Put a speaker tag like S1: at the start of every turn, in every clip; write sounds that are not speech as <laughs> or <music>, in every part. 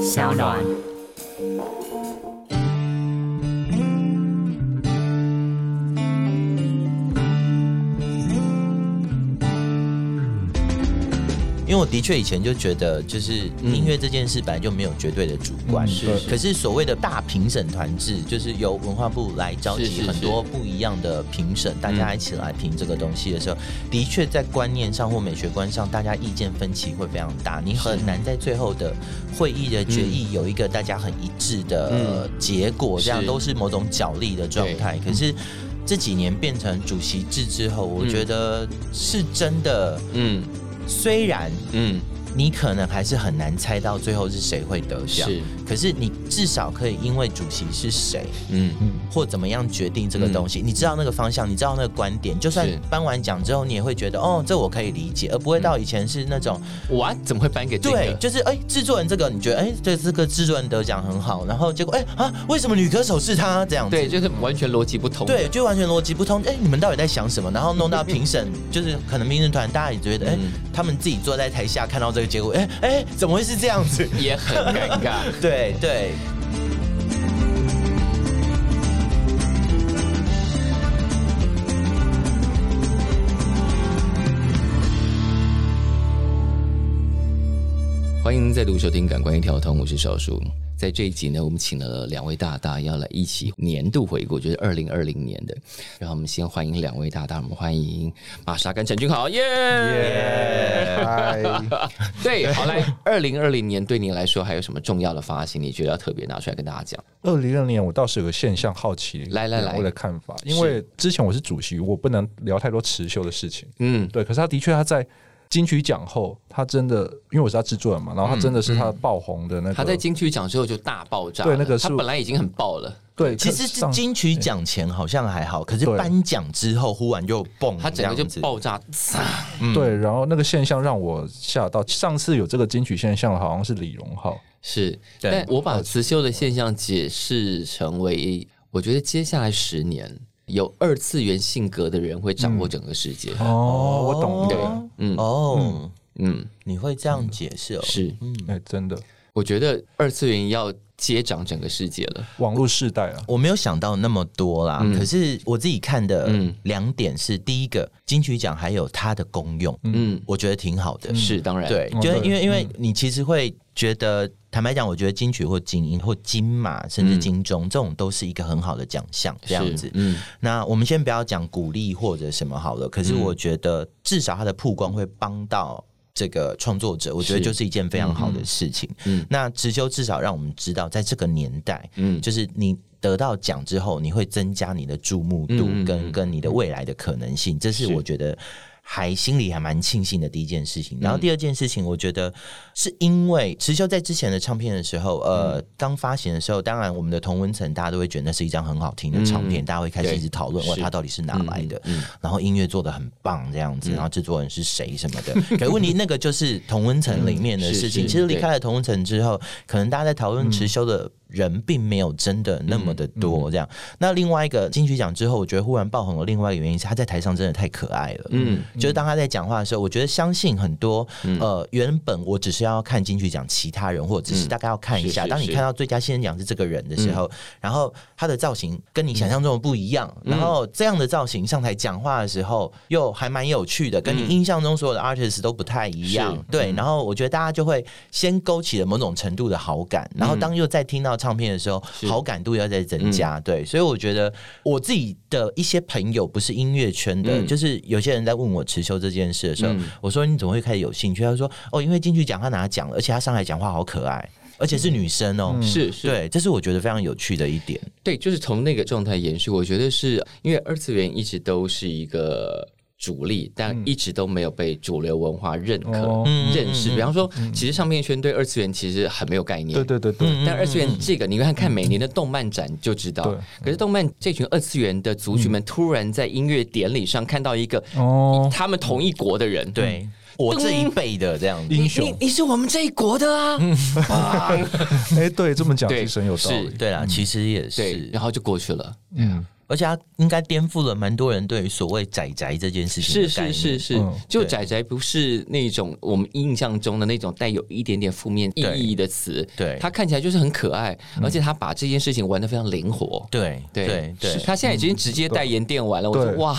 S1: 小暖。
S2: 因为我的确以前就觉得，就是音乐这件事本来就没有绝对的主观，
S3: 嗯是是
S2: 可是所谓的大评审团制，就是由文化部来召
S3: 是
S2: 集
S3: 是
S2: 很多不一样的评审，大家一起来评这个东西的时候，
S3: 嗯
S2: 的确在观念上或美学观上，大家意见分歧会非常大，你很难在最后的会议的决议有一个大家很一致的结果，这样
S3: 嗯是
S2: 都是某种角力的状态。可是这几年变成主席制之后，我
S3: 嗯
S2: 觉得是真的。
S3: 嗯
S2: 虽然
S3: 嗯，
S2: 你可能还是很难猜到最后是谁会得奖，
S3: 是
S2: 可是你至少可以因为主席是谁
S3: 嗯嗯
S2: 或怎么样决定这个东西，你知道那个方向，你知道那个观点，就算
S3: 是
S2: 颁完奖之后，你也会觉得哦，这我可以理解，而不会到以前是那种、
S3: 我怎么会颁给这
S2: 对
S3: 个，？
S2: 就是哎，制、作人这个你觉得哎，这这个制作人得奖很好，然后结果哎啊，为什么女歌手是他这样子？
S3: 对，就是完全逻辑不通。
S2: 对，就完全逻辑不通。哎、你们到底在想什么？然后弄到评
S3: <laughs>
S2: 审，就是可能评审团大家也觉得，哎、
S3: 嗯
S2: 他们自己坐在台下看到这个结果，哎、哎、怎么会是这样子？
S3: 也很尴尬。 <laughs>
S2: 对对，
S3: 欢迎再度收听《感官一条通》，我是小叔。在这一集呢，我们请了两位大大要来一起年度回顾，就是二零二零年的。然后我们先欢迎两位大大，我们欢迎玛莎跟陈君豪，耶、
S4: <laughs> 嗨，
S3: 对，好来，二零二零年对您来说还有什么重要的发行？你觉得要特别拿出来跟大家讲？
S4: 二零二年我倒是有个现象好奇，
S3: 来来来
S4: 我的看法，因为之前我是主席，我不能聊太多持秀的事情。
S3: 嗯，
S4: 对，可是他的确他在金曲奖后，他真的，因为我是他制作人嘛，然后他真的是他爆红的那个，
S3: 嗯他在金曲奖之后就大爆炸了，
S4: 呃对那个是
S3: 他本来已经很爆了，
S4: 对，
S2: 其实是
S4: 上
S2: 金曲奖前好像还好，可是
S4: 对
S2: 颁奖之后忽然就蹦，
S3: 他整
S2: 这
S3: 个
S2: 样
S3: 就
S2: 子。
S3: 爆炸，嚓
S4: 对，然后那个现象让我吓到。上次有这个金曲现象，好像是李荣浩，
S3: 是，
S2: 对
S3: 但我把辞修的现象解释成为，我觉得接下来十年有二次元性格的人会掌握整个世界。
S4: 哦，我懂
S3: 对
S4: 了，，
S3: 嗯
S2: 哦。
S3: 嗯，
S2: 你会这样解释哦？
S3: 是，
S4: 哎、真的，
S3: 我觉得二次元要接掌整个世界了。
S4: 网络世代啊，
S2: 我没有想到那么多啦，可是我自己看的
S3: 嗯
S2: 两点是：第一个，金曲奖还有它的功用，
S3: 嗯，
S2: 我觉得挺好的。
S3: 是，当然，
S2: 对，
S4: 嗯
S2: 就是因为
S4: 对
S2: 因为你其实会觉得，坦白讲，我觉得金曲或金音或金马，甚至金钟、这种都是一个很好的奖项，这样
S3: 嗯是
S2: 子。
S3: 嗯，
S2: 那我们先不要讲鼓励或者什么好了，可是我觉得至少它的曝光会帮到。这个创作者，我觉得
S3: 是
S2: 就是一件非常好的事情。
S3: 嗯嗯
S2: 那直修至少让我们知道，在这个年代，
S3: 嗯
S2: 就是你得到奖之后，你会增加你的注目度
S3: 嗯嗯嗯
S2: 跟跟你的未来的可能性，这是
S3: 是
S2: 我觉得还心里还蛮庆幸的第一件事
S3: 嗯
S2: 情。然后第二件事情，我觉得是因为池修在之前的唱片的时候，
S3: 嗯
S2: 呃，刚发行的时候，当然我们的同温层大家都会觉得那是一张很好听的唱片，大家会开始一直讨论
S3: 嗯对
S2: 哇，
S3: 是
S2: 它到底是哪来的
S3: 嗯嗯嗯？
S2: 然后音乐做的很棒这样
S3: 嗯
S2: 子，然后制作人是谁什么的。 <laughs> 可问题那个就是同温层里面的
S3: <laughs> 嗯是
S2: 事
S3: 是
S2: 情，其实离
S3: 对嗯
S2: 开了同温层之后，可能大家在讨论持修的人并没有真的那么的多这样。那另外一个金曲奖之后，我觉得忽然爆红的另外一个原因是他在台上真的太可爱了。嗯
S3: 嗯，
S2: 就是当他在讲话的时候，我觉得相信很多呃，原本我只是要看金曲奖其他人，或者只是大概要看一
S3: 是
S2: 下。
S3: 嗯是
S2: 当你
S3: 是嗯
S2: 看到最佳新人奖是这个人的时候，然后他的造型跟你想象中的不一样，
S3: 嗯
S2: 然后这样的造型上台讲话的时候又还蛮有趣的，跟你印象中所有的 artist 都不太一样
S3: 嗯是。嗯
S2: 对，然后我觉得大家就会先勾起了某种程度的好感，然
S3: 嗯
S2: 后当又再听到唱片的时候，好感度要再增加。
S3: 嗯
S2: 对，所以我觉得我自己的一些朋友不是音乐圈的，
S3: 嗯
S2: 就是有些人在问我持修这件事的时候，我说你怎么会开始有兴趣？他说哦，因为进去讲他拿奖了，而且他上来讲话好可爱，而且是女生哦。
S3: 是是，
S2: 对，这是我觉得非常有趣的一点。
S3: 对，就是从那个状态延续，我觉得是因为二次元一直都是一个主力，但一直都没有被主流文化认可、
S4: 嗯哦嗯
S3: 认识。比方说，其实唱片圈对二次元其实很没有概念。
S4: 对对对对，
S3: 但二次
S2: 嗯
S3: 元这个，你看看每年的动漫展就知道
S4: 对。嗯
S3: 可是动漫这群二次元的族群们，突然在音乐典礼上看到一个
S4: 哦
S3: 他们同一国的人，，
S2: 对我这一辈的这样子，
S4: 英
S3: 你
S4: 雄，
S3: 你是我们这一国的啊，
S4: 哎、对，这么讲
S3: 对
S4: 是很有道
S3: 是
S4: 理，
S2: 对啦，其实也
S3: 嗯对，
S2: 是。
S3: 然后就过去了。
S4: 嗯，
S2: 而且它应该颠覆了蛮多人对于所谓宅宅这件事情的
S3: 是
S2: 概
S3: 是
S2: 念。
S3: 是是
S4: 嗯，
S3: 就
S2: 对
S3: 仔仔不是那种我们印象中的那种带有一点点负面意义的词，
S2: 对
S3: 它看起来就是很可爱，而且他把这件事情玩得非常灵活。
S2: 对
S3: 对
S2: 对对，
S3: 他现在已经直接代言电玩了。我说
S4: 对
S3: 哇，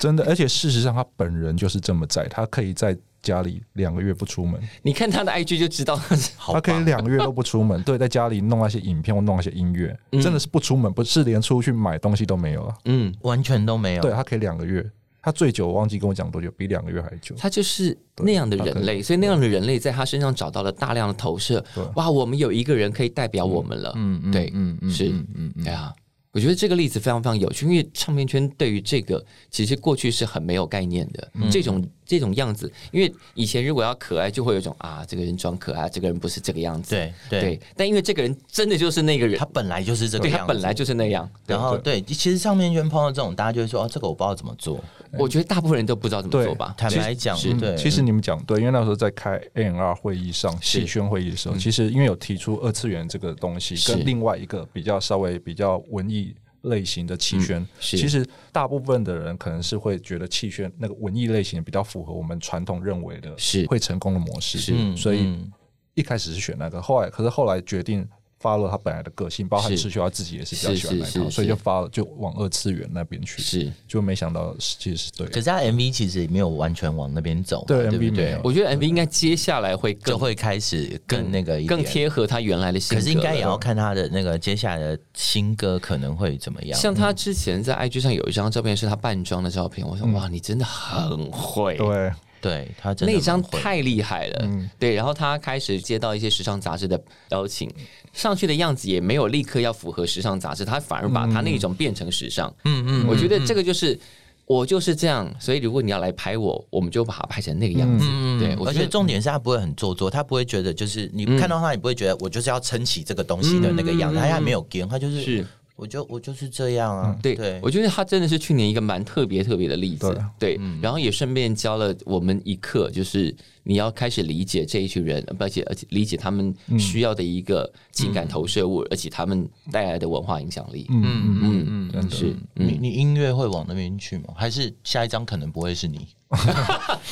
S4: 真的，而且事实上他本人就是这么宅，他可以在家里两个月不出门，
S3: 你看他的 IG 就知道
S2: <laughs>
S3: 他是
S2: 好
S4: 他
S2: 棒
S4: 可以两个月都不出门，对，在家里弄那些影片或弄那些音乐，真的是不出门，不是连出去买东西都没有了。
S3: 嗯，
S2: 完全都没有。
S4: 对他可以两个月，他最久我忘记跟我讲多久，比两个月还久。
S3: 他就是那样的人类，所以那样的人类在他身上找到了大量的投射
S4: 对。
S3: 哇，我们有一个人可以代表我们了。
S2: 嗯嗯
S3: 对
S2: 嗯嗯，
S3: 是
S2: 嗯嗯嗯
S3: 对啊，我觉得这个例子非常非常有趣，因为唱片圈对于这个其实过去是很没有概念的，
S2: 嗯
S3: 这种这种样子，因为以前如果要可爱，就会有一种啊，这个人装可爱，这个人不是这个样子，
S2: 对对，
S3: 但因为这个人真的就是那个人
S2: 他，本来就是这个
S3: 对
S2: 样
S3: 他
S2: 子，
S3: 本来就是那样，
S2: 然后对，其实上面圈碰到这种，大家就会说哦，这个我不知道怎么做。
S3: 我觉得大部分人都不知道怎么
S4: 对
S3: 做吧，
S2: 坦白讲，
S3: 是
S2: 对，
S4: 其实你们讲对，因为那时候在开 ANR 会议上、
S3: 是
S4: 戏宣会议的时候，其实因为有提出二次元这个东西，
S3: 是
S4: 跟另外一个比较稍微比较文艺类型的气宣，
S3: 是
S4: 其实大部分的人可能是会觉得气宣那个文艺类型比较符合我们传统认为的
S3: 是
S4: 会成功的模式，
S2: 嗯
S4: 所以
S2: 嗯
S4: 一开始是选那个，后来可是后来决定。发了他本来的个性，包含
S3: 是
S4: 赤修他自己也是比较喜欢那一
S3: 是是
S4: 套，
S3: 是
S4: 所以就发了就往二次元那边去，
S3: 是。
S4: 就没想到其实是对的
S2: 可。是他 MV 其实也没有完全往那边走嘛，
S4: 对
S2: 对不
S4: MV 没
S2: 对
S4: 有？
S3: 我觉得 MV 应该接下来会
S2: 就
S3: 更
S2: 会开始更那个一
S3: 更
S2: 点。
S3: 贴合他原来的性
S2: 可
S3: 格
S2: 是
S3: 了，
S2: 应该也要看他的那个接下来的新歌可能会怎么样。
S3: 像他之前在 IG 上有一张照片是他扮装的照片，我说哇，你真的很会，
S4: 对，
S2: 嗯对他真的
S3: 那张
S2: 蛮会嗯
S3: 太厉害了。对，然后他开始接到一些时尚杂志的邀请，上去的样子也没有立刻要符合时尚杂志，他反而把他那种变成时尚。嗯嗯，我觉得这个就是。我就是这样，所以如果你要来拍我，我们就把它拍成那个样子。
S2: 嗯
S3: 对，我
S2: 而
S3: 觉
S2: 且
S3: 得嗯
S2: 重点是他不会很做作，他不会觉得就是你看到他，你不会觉得我就是要撑起这个东西的那个样子，他还没有变，他就是
S3: 嗯是嗯
S2: 我就我就是这样啊，
S3: 对，
S2: 对
S3: 我觉得他真的是去年一个蛮特别特别的例子，对，
S2: 嗯
S3: 然后也顺便教了我们一课，就是你要开始理解这一群人，而且而且理解他们需要的一个情
S2: 嗯
S3: 感投射物，而且他们带来的文化影响力，
S4: 嗯嗯
S3: 嗯，
S4: 嗯，真的
S3: 是，
S2: 你你音乐会往那边去吗？还是下一张可能不会是你？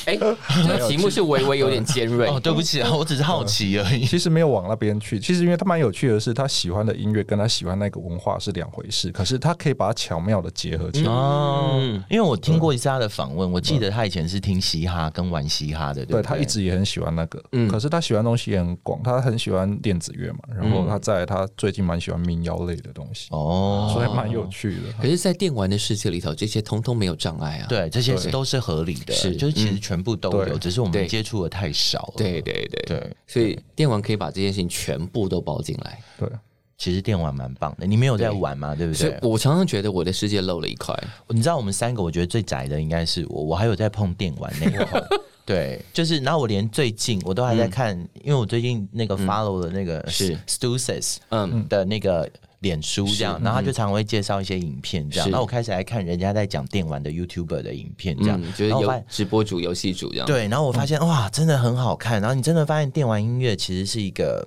S3: 哎，这个题目是微微有点尖锐，
S2: <laughs> 哦，对不起啊，我只是好奇而已。
S4: 其实没有往那边去。其实因为他蛮有趣的是，他喜欢的音乐跟他喜欢那个文化是两回事，可是他可以把它巧妙的结合起
S3: 嗯
S4: 来。
S2: 哦，因为我听过一次他的访问，我记得他以前是听嘻哈跟玩嘻哈的，对不
S4: 对
S2: 对
S4: 他一直也很喜欢那个，
S3: 嗯
S4: 可是他喜欢的东西也很广，他很喜欢电子乐嘛，然
S3: 嗯
S4: 后他在他最近蛮喜欢民谣类的东西，
S2: 哦，
S4: 所以蛮有趣的。
S3: 可是，在电玩的世界里头，这些通通没有障碍啊，
S2: 对，这些都是合理的，
S3: 是
S2: 就是其实全部都有，
S4: 对
S2: 只是我
S3: 对
S2: 们接触的太少了。
S3: 对对对，
S2: 对，
S3: 所以电玩可以把这件事情全部都包进来，
S4: 对，
S2: 其实电玩蛮棒的，你没有在玩嘛，对不
S3: 所以
S2: 对？
S3: 我常常觉得我的世界漏了一块，
S2: 你知道我们三个，我觉得最宅的应该是我，我还有在碰电玩那一
S3: <laughs>
S2: 块。对，就是，然后我连最近我都还在看，因为我最近那个 follow 的那个
S3: 嗯是
S2: Stuces
S3: 嗯
S2: 的那个脸书这样，然后他就常会介绍一些影片这样，
S3: 是
S2: 然后我开始来看人家在讲电玩的 YouTuber 的影片这样，
S3: 嗯，就是
S2: 然后我发
S3: 有嗯
S2: 现。
S3: 直播主、游戏主这样，
S2: 对，然后我发现、哇，真的很好看。然后你真的发现电玩音乐其实是一个，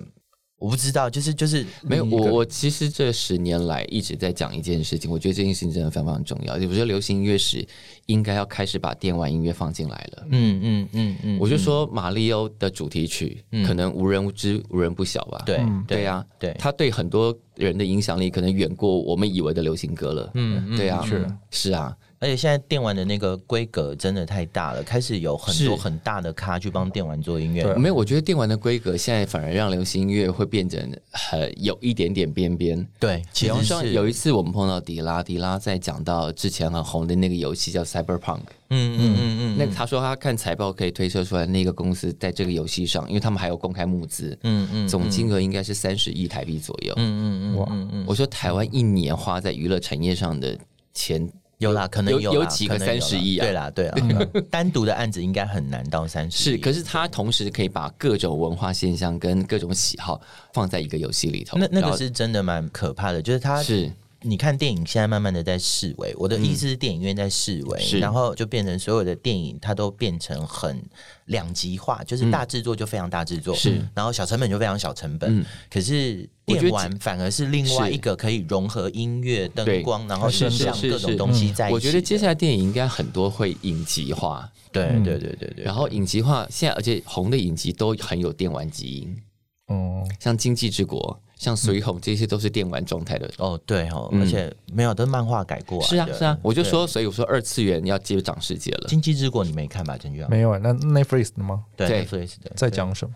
S2: 我不知道，就是就是
S3: 没有，
S2: 另一个
S3: 我我其实这十年来一直在讲一件事情，我觉得这件事情真的非常非常重要。我觉得流行音乐史应该要开始把电玩音乐放进来了。
S2: 嗯嗯嗯嗯，
S3: 我就说马里欧的主题曲、可能无人知无人不晓吧？
S2: 对、
S3: 嗯对啊呀、
S2: 对
S3: 它对很多人的影响力可能远过我们以为的流行歌了。嗯，对呀、
S4: 确
S3: 是啊，
S2: 而且现在电玩的那个规格真的太大了，开始有很多
S3: 是
S2: 很大的咖去帮电玩做音乐。嗯
S4: 对
S3: 没有，我觉得电玩的规格现在反而让流行音乐会变成很有一点点边边。
S2: 对，其
S3: 比方
S2: 实
S3: 说，
S2: 是嗯
S3: 有一次我们碰到迪拉，迪拉在讲到之前很红的那个游戏叫 Cyberpunk，
S2: 嗯嗯嗯嗯
S3: 那他说他看财报可以推测出来，那个公司在这个游戏上，因为他们还有公开募资，
S2: 嗯嗯
S3: 总金额应该是三十亿台币左右。
S2: 嗯嗯
S4: 哇
S2: 嗯嗯，
S3: 我说台湾一年花在娱乐产业上的钱，
S2: 有啦，可能
S3: 有
S2: 啦
S3: 有几个
S2: 可能有啦
S3: 30亿啊
S2: 对啦
S3: <laughs>
S2: 对啦，单独的案子应该很难到三十。
S3: 是，可是他同时可以把各种文化现象跟各种喜好放在一个游戏里头。
S2: 那那
S3: 然
S2: 个
S3: 后
S2: 是真的蛮可怕的，就是他
S3: 是
S2: 你看电影现在慢慢的在示威，我的意思是电影院在示威，
S3: 嗯是
S2: 然后就变成所有的电影它都变成很两极化，就是大制作就非常大制作，
S3: 嗯是嗯
S2: 然后小成本就非常小成本，可是
S3: 我觉得
S2: 电玩反而是另外一个可以融合音乐、
S3: 对
S2: 灯光，然后
S3: 是
S2: 影
S3: 是
S2: 像
S3: 是
S2: 各
S3: 是嗯
S2: 种东西在一起的。
S3: 我觉得接下来电影应该很多会影集化，
S2: 对
S4: 嗯
S2: 对对对对，
S3: 然后影集化现在而且红的影集都很有电玩基因，
S4: 哦，
S3: 像《经济之国》、像《随红》这些都是电玩状态的。
S2: 哦对哦，
S3: 嗯
S2: 而且没有，都是漫画改过来的。
S3: 是啊是啊，我就
S2: 对
S3: 说，所以我说二次元要接掌世界了。
S2: 《经济之国》你没看吧，陈俊阳？
S4: 没有啊，那 Netflix 的吗？
S3: 对
S2: 对，Netflix 的
S4: 在讲什么？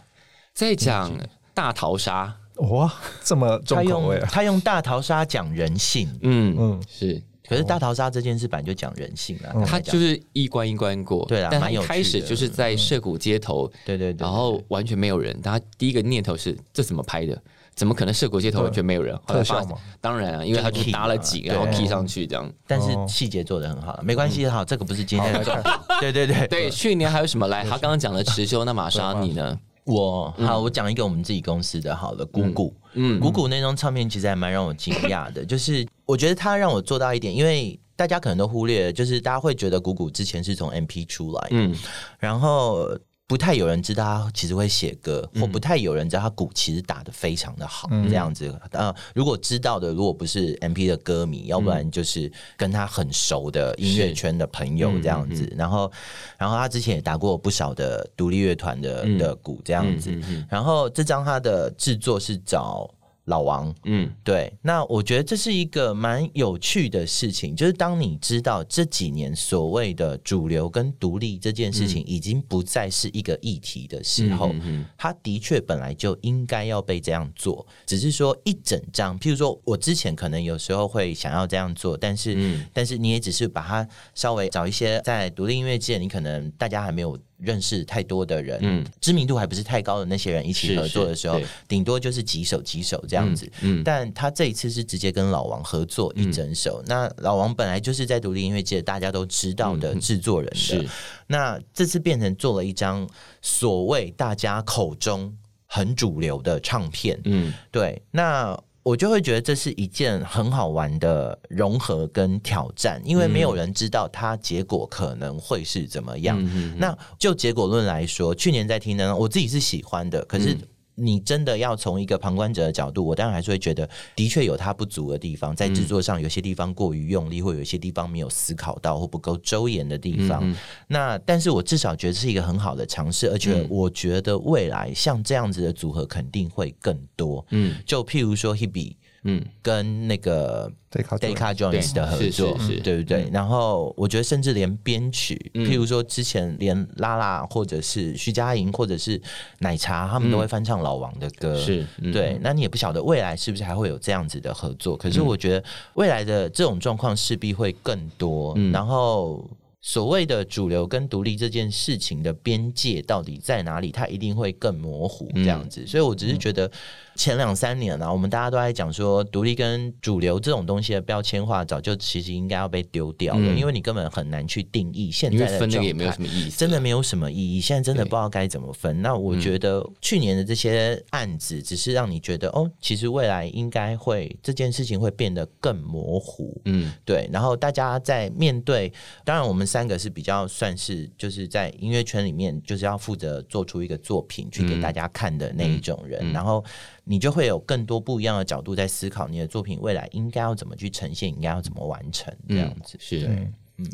S3: 再讲
S2: 嗯
S3: 大逃杀，
S4: 哇，这么
S2: 他
S4: 重口味
S2: 用
S4: 啊！
S2: 他用大逃杀讲人性，
S3: 嗯，
S4: 嗯，
S3: 是
S2: 可是大逃杀这件事本来就讲人性啊，
S4: 嗯
S3: 他
S2: 坦白讲
S3: 就是一关一关过，
S2: 对啊
S3: 但他
S2: 蛮
S3: 一
S2: 有趣
S3: 开始
S2: 的
S3: 就是在涉谷街头，
S2: 对对对，
S3: 然后完全没有人，他第一个念头是这怎么拍的？怎么可能涉谷街头完全没有人？后来
S4: 特效
S3: 发
S4: 嘛，
S3: 当然啊，因为他就
S2: 就是
S3: 搭了
S2: key 嘛
S3: 景，
S2: 对
S3: 然后 key 上去这样。
S2: 但是
S4: 哦
S2: 细节做的很好，啊没关
S3: 嗯
S2: 系，好，这个不是今天的重点， <laughs> 对对对
S3: 对，去年还有什么来？他刚刚讲了持修，那玛莎你呢？
S2: 我好，我讲一个我们自己公司的好了，姑姑，
S3: 嗯
S2: 姑姑那张唱片其实还蛮让我惊讶的，就是我觉得它让我做到一点，因为大家可能都忽略了，就是大家会觉得姑姑之前是从 MP 出来的，
S3: 嗯
S2: 然后不太有人知道他其实会写歌，或不太有人知道他鼓其实打得非常的好，这样子。呃，如果知道的，如果不是 M P 的歌迷，要不然就是跟他很熟的音乐圈的朋友这样子。然后，然后他之前也打过不少的独立乐团的、的鼓这样子。然后这张他的制作是找老王，
S3: 嗯，
S2: 对，那我觉得这是一个蛮有趣的事情，就是当你知道这几年所谓的主流跟独立这件
S3: 嗯
S2: 事情已经不再是一个议题的时候，它的确本来就应该要被这样做，只是说一整张，譬如说我之前可能有时候会想要这样做，但是、
S3: 嗯
S2: 但是你也只是把它稍微找一些在独立音乐界你可能大家还没有认识太多的人，知名度还不是太高的那些人一起
S3: 嗯是
S2: 合作的
S3: 是
S2: 时候
S3: 对，嗯
S2: 顶多就是几首几首这样子。但他这一次是直接跟老王合作一整首。
S3: 嗯
S2: 那老王本来就是在独立音乐界大家都知道的制作人的，
S3: 嗯是
S2: 那这次变成做了一张所谓大家口中很主流的唱片。
S3: 嗯
S2: 对，那我就会觉得这是一件很好玩的融合跟挑战，因为没
S3: 嗯
S2: 有人知道它结果可能会是怎么样。那就结果论来说，去年在听呢，我自己是喜欢的，可是。你真的要从一个旁观者的角度，我当然还是会觉得，的确有它不足的地方，在制作上有些地方过于用力，或有些地方没有思考到或不够周延的地方。那但是我至少觉得是一个很好的尝试，而且我觉得未来像这样子的组合肯定会更多。嗯，就譬如说 Hebe
S3: 嗯，
S2: 跟那个
S4: 对，卡
S2: Decca Jones 的合
S3: 是是
S2: 作，
S3: 是嗯
S2: 对不对？然后我觉得甚至连编曲，譬如说之前连拉拉或者是徐佳莹或者是奶茶，他们都会翻唱老王的歌，
S3: 嗯是嗯嗯
S2: 对。那你也不晓得未来是不是还会有这样子的合作，可是我觉得未来的这种状况势必会更多。
S3: 嗯
S2: 然后。所谓的主流跟独立这件事情的边界到底在哪里，它一定会更模糊
S3: 嗯
S2: 这样子。所以我只是觉得前两三年啊，我们大家都在讲说独立跟主流这种东西的标签化，早就其实应该要被丢掉了，因为你根本很难去定义现
S3: 因为
S2: 在的
S3: 嗯分那
S2: 状
S3: 个也没有
S2: 态
S3: 什么意思，
S2: 真的没有什么意义。现在真的不知道该怎么分。那
S3: 嗯
S2: 我觉得去年的这些案子，只是让你觉得、哦，其实未来应该会这件事情会变得更模糊。
S3: 嗯
S2: 对，然后大家在面对，当然我们三个是比较算是就是在音乐圈里面就是要负责做出一个作品去给大家看的那一种人，
S3: 嗯
S2: 然后你就会有更多不一样的角度在思考你的作品未来应该要怎么去呈现，应该要怎么完成这样子。
S3: 是，
S4: 嗯
S3: 嗯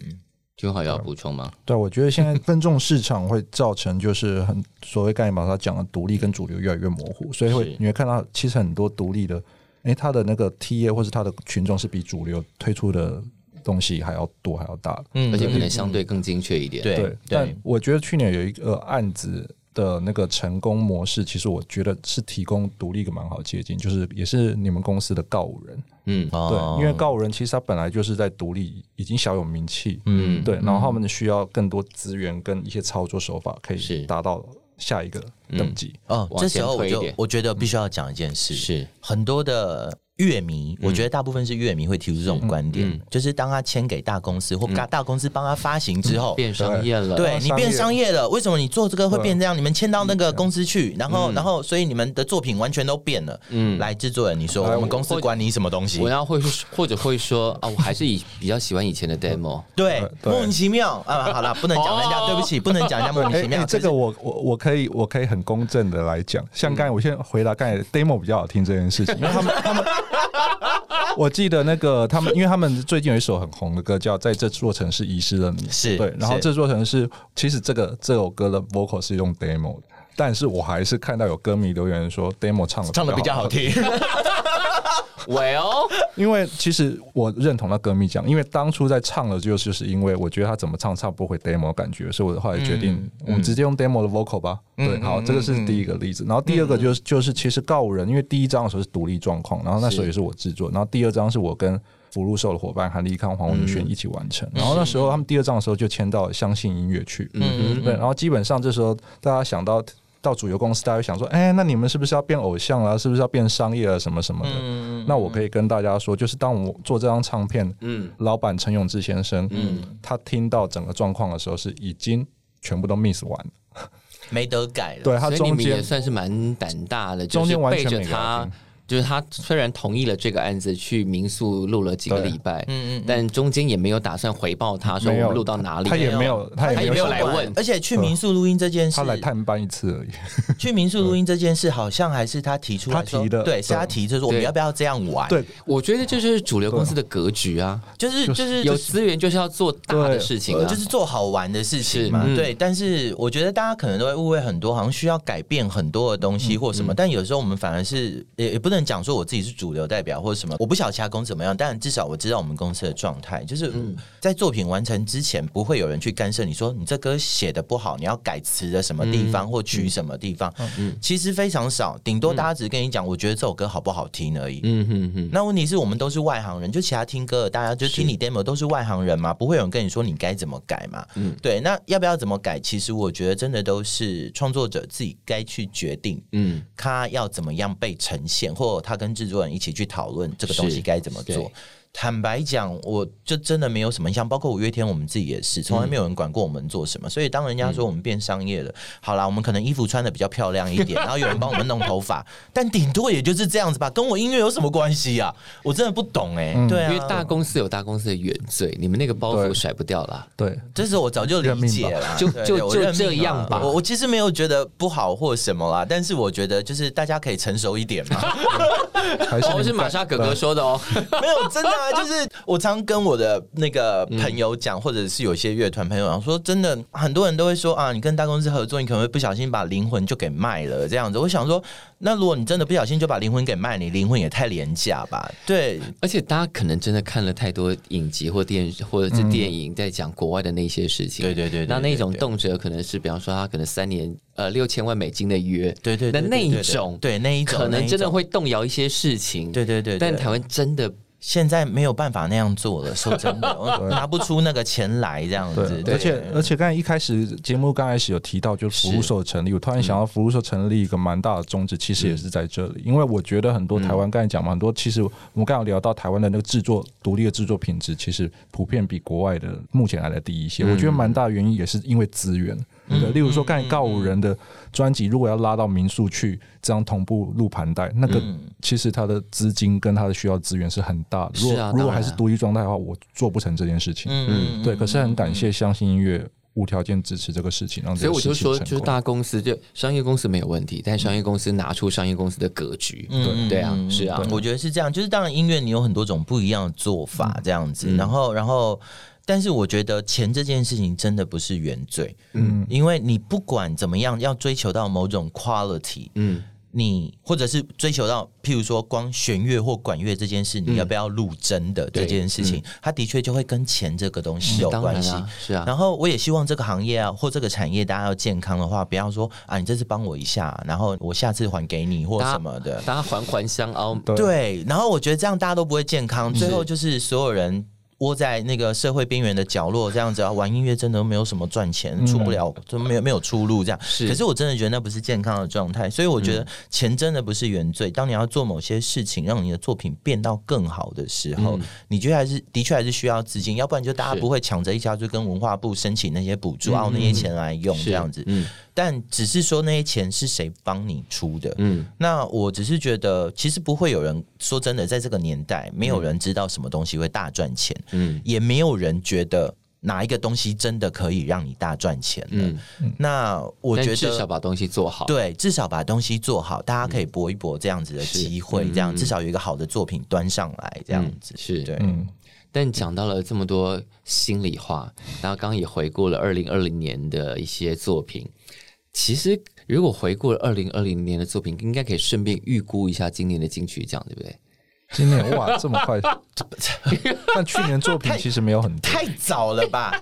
S3: 君豪有要补充吗？
S4: 对，我觉得现在分众市场会造成就是很所谓概念把它讲的独立跟主流越来越模糊，所以
S3: 是
S4: 会你会看到其实很多独立的，诶，它的那个 T A 或是它的群众是比主流推出的东西还要多还要大的。
S2: 嗯
S3: 而且可能相对更精确一点，
S2: 对
S4: 对，但我觉得去年有一个案子的那个成功模式，其实我觉得是提供独立一个蛮好的接近，就是也是你们公司的告五人，
S3: 嗯
S2: 哦
S4: 对，因为告五人其实他本来就是在独立已经小有名气，
S3: 嗯，
S4: 对，然后他们需要更多资源跟一些操作手法，可
S3: 是
S4: 以达到下一个等级。
S2: 哦，
S3: 往
S2: 这
S3: 前
S2: 时候我
S3: 推一
S2: 就
S3: 点嗯
S2: 我觉得必须要讲一件事，
S3: 是嗯
S2: 很多的乐迷，我觉得大部分是乐迷会提出这种观点，就是当他签给大公司或大大公司帮他发行之后，
S3: 嗯变商业了，
S2: 对
S4: 商
S2: 你变
S4: 业
S2: 商业了，为什么你做这个会变这样？你们签到那个公司
S3: 嗯
S2: 去，然后然后所以你们的作品完全都变了。嗯，来制作人，你说
S4: 哎
S2: 我
S4: 我
S2: 们公司管你什么东西
S3: 我？要会说，或者会说啊，我还是以比较喜欢以前的 demo。
S2: 对
S4: 呃，对
S2: 莫名其妙啊！好了，不能讲人
S3: 哦
S2: 家，对不起，不能讲人家莫名
S4: 哎、
S2: 其
S3: <laughs>
S4: 哎
S2: 妙。
S4: 这
S2: 可是
S4: 个我我我可以我可以很公正的来讲，像
S2: 嗯
S4: 刚才我先回答刚才 demo 比较好听这件事情，因为他们
S2: <laughs>
S4: 他们，我记得那个他们，因为他们最近有一首很红的歌叫《在这座城市遗失了你》，
S2: 是
S4: 对，然后
S2: 是
S4: 这座城市其实这个这首歌的 vocal 是用 demo 的。但是我还是看到有歌迷留言说，demo 唱的
S2: 唱的比较好
S3: <laughs>
S2: 听，
S3: Well，
S4: 因为其实我认同那歌迷讲，因为当初在唱的就是就是因为我觉得他怎么唱唱不回 demo 的感觉，所以我后来决定我们直接用 demo 的 vocal 吧。对，好，这个是第一个例子。然后第二个就是就是其实告五人，因为第一张的时候是独立状况，然后那时候也是我制作，然后第二张是我跟。福禄寿的伙伴韩立康、黄文轩一起完成，然后那时候他们第二张的时候就签到了相信音乐去，嗯，对，然后基本上这时候大家想到到主流公司，大家会想说，哎、那你们是不是要变偶像啊了？是不是要变商业了？啊什么什么的？
S3: 嗯
S4: 那我可以跟大家说，就是当我做这张唱片，嗯，老板陈永志先生，嗯，他听到整个状况的时候，是已经全部都 miss 完了，
S2: <laughs> 没得改了。嗯
S4: 对他
S3: 所以你
S4: 中
S3: 们也
S4: 间
S3: 算是蛮胆大的，就
S4: 中
S3: 是
S4: 间完
S3: 背
S4: 全
S3: 着
S4: 没嗯
S3: 他
S4: 搞定。
S3: 就是他虽然同意了这个案子，去民宿录了几个
S4: 对
S3: 礼拜，嗯嗯，但中间也没有打算回报他说
S4: 没
S3: 我
S4: 有
S3: 们录到哪里，
S4: 他也没有，他
S3: 他
S4: 也
S3: 也
S4: 没有
S3: 没有来
S4: 想过嗯
S3: 问
S2: 而且去民宿录音这件事，
S4: 他来探班一次而已。
S2: 去民宿录音这件事，好像还是他提出来
S4: 他提
S2: 说
S4: 的
S2: 对，是他
S4: 对
S2: 提，就是我们
S3: 对
S2: 要不要这样玩？
S4: 对，
S3: 我觉得这就是主流公司的格局啊，
S2: 就是就是
S3: 有资源就是要做大的事情啊，
S2: 呃就是做好玩的事情嘛。
S3: 是嗯
S2: 对，但是我觉得大家可能都会误会很多，好像需要改变很多的东
S3: 嗯
S2: 西或什么。但有时候我们反而是也也不能讲说我自己是主流代表或什么，我不晓得其他公司怎么样，但至少我知道我们公司的状态，就是
S3: 嗯
S2: 在作品完成之前，不会有人去干涉你说你这歌写的不好，你要改词的什么地
S3: 嗯
S2: 方或取什么地方，其实非常少，顶多大家只是跟你讲，我觉得这首歌好不好听而已。
S3: 嗯哼哼，
S2: 那问题是我们都是外行人，就其他听歌的大家就听你 demo 都是外行人嘛，不会有人跟你说你该怎么改嘛。嗯，对，那要不要怎么改？其实我觉得真的都是创作者自己该去决定，
S3: 嗯，
S2: 他要怎么样被呈现，或他跟制作人一起去讨论这个东西
S3: 是
S2: 该怎么做
S3: 对。
S2: 坦白讲，我就真的没有什么印象，包括五月天我们自己也是，从
S3: 嗯
S2: 来没有人管过我们做什么。所以当人家说我们变商业了，好啦，我们可能衣服穿的比较漂亮一
S3: <laughs>
S2: 点，然后有人帮我们弄头发，但顶多也就是这样子吧，跟我音乐有什么关系啊？我真的不懂哎、对
S3: 因为
S2: 啊，
S3: 大公司有大公司的原罪，你们那个包袱
S4: 对
S3: 甩不掉啦。
S4: 对，
S2: 这是我早就理解
S4: 认
S2: 了，
S3: 就
S2: 对
S3: 就
S2: 对我
S3: 就
S2: 认命
S3: 这样
S2: 了
S3: 吧
S2: 我我其实没有觉得不好或什么啦，但是我觉得就是大家可以成熟一点嘛。
S4: 还是
S3: 哦，
S4: 你
S3: 是玛莎哥哥说的哦，
S2: <laughs> 没有，真的
S3: <laughs>
S2: 啊，就是我常跟我的那个朋友讲，或者是有些乐团朋友讲说，真的，很多人都会说啊，你跟大公司合作，你可能会不小心把灵魂就给卖了这样子。我想说，那如果你真的不小心就把灵魂给卖，你灵魂也太廉价吧？对，
S3: 而且大家可能真的看了太多影集或电或者是电影，在讲国外的那些事情。
S2: 对对对对
S3: 那那种
S2: 对对
S3: 动辄可能是，比方说他可能三年呃六千万美金的约，
S2: 对对对
S3: 那
S2: 对
S3: 那
S2: 对
S3: 一
S2: 对
S3: 种，
S2: 对那一种
S3: 可能
S2: 那
S3: 真
S2: 一
S3: 的
S2: 种
S3: 会动摇一些事情。
S2: 对对对对
S3: 但台湾真的
S2: 现在没有办法那样做了，说真
S3: <laughs>
S2: 的，我拿不出那个钱来这
S3: 啊
S2: 样子。
S4: 对，而且而且刚才一开始节目刚开始有提到，就是
S3: 嗯
S4: 服务社成立，我突然想到服务社成立一个蛮大的宗旨，其实也是在这
S3: 嗯
S4: 里，因为我觉得很多台湾刚才讲嘛，很多其实我们刚好聊到台湾的那个制作独立的制作品质，其实普遍比国外的目前来的低一些。
S3: 嗯
S4: 我觉得蛮大的原因也是因为资源。对，例如说刚才告五人
S3: 嗯
S4: 的专辑，如果要拉到民宿去这样同步录盘带，那个
S3: 嗯
S4: 其实它的资金跟它的需要资源是很大的。如
S3: 是啊
S4: 果如
S3: 当
S4: 果
S3: 然
S4: 还是独立状态的话，我做不成这件事情。
S2: 嗯
S4: 对，可是很感谢相信音乐无条件支持这个事情，让
S3: 所
S4: 这
S3: 以
S4: 个
S3: 我就
S4: 事情
S3: 说，
S4: 成
S3: 就是
S4: 功。
S3: 大公司就商业公司没有问题，但商业公司拿出商业公司的格局，
S2: 嗯
S3: 对对啊，是啊，
S2: 我觉得是这样，就是当然音乐你有很多种不一样的做法
S3: 嗯
S2: 这样子，然后然后。但是我觉得钱这件事情真的不是原罪，嗯，因为你不管怎么样，要追求到某种 quality，嗯，你或者是追求到，譬如说光弦乐或管乐这件事，
S3: 嗯
S2: 你要不要录真的这件事情，它的确就会跟钱这个东西有
S3: 当
S2: 关
S3: 然
S2: 系，
S3: 啊，是啊，
S2: 然后我也希望这个行业啊或这个产业，大家要健康的话，不要说啊，你这次帮我一下，然后我下次还给你或
S3: 大家
S2: 什么的。
S3: 大家环环相凹，
S4: 对
S2: 对，然后我觉得这样大家都不会健康，最后就是所有人。窝在那个社会边缘的角落这样子啊，玩音乐真的没有什么赚钱，出不了，就没有没有出路这样。
S3: 是嗯
S2: 可是我真的觉得那不是健康的状态，所以我觉得钱真的不是原罪。当你要做某些事情，让你的作品变到更好的时候，你觉得还是的确还是需要资金，要不然就大家
S3: 嗯是嗯
S2: 不会抢着一下就跟文化部申请那些补助，然后那些钱来用
S3: 是
S2: 这样子。
S3: 嗯
S2: 但只是说那些钱是谁帮你出的，
S3: 嗯，
S2: 那我只是觉得，其实不会有人说真的，在这个年代，没有人知道什么东西会大赚钱，
S3: 嗯
S2: 也没有人觉得哪一个东西真的可以让你大赚钱的。
S3: 嗯，
S2: 那我
S3: 但
S2: 觉得
S3: 至少把东西做好，
S2: 对，至少把东西做好，大家可以搏一搏这样子的
S3: 是
S2: 机会，
S3: 嗯
S2: 这样至少有一个好的作品端上来，这样子、
S3: 是
S2: 对。
S4: 嗯，
S3: 但讲到了这么多心里话，然后刚刚也回顾了二零二零年的一些作品。其实，如果回顾了二零二零年的作品，应该可以顺便预估一下今年的金曲奖，对不对？
S4: 今年哇这么
S2: <laughs>
S4: 快，但去年作品其实没有很多，
S2: 太早了
S3: <laughs>
S2: 吧？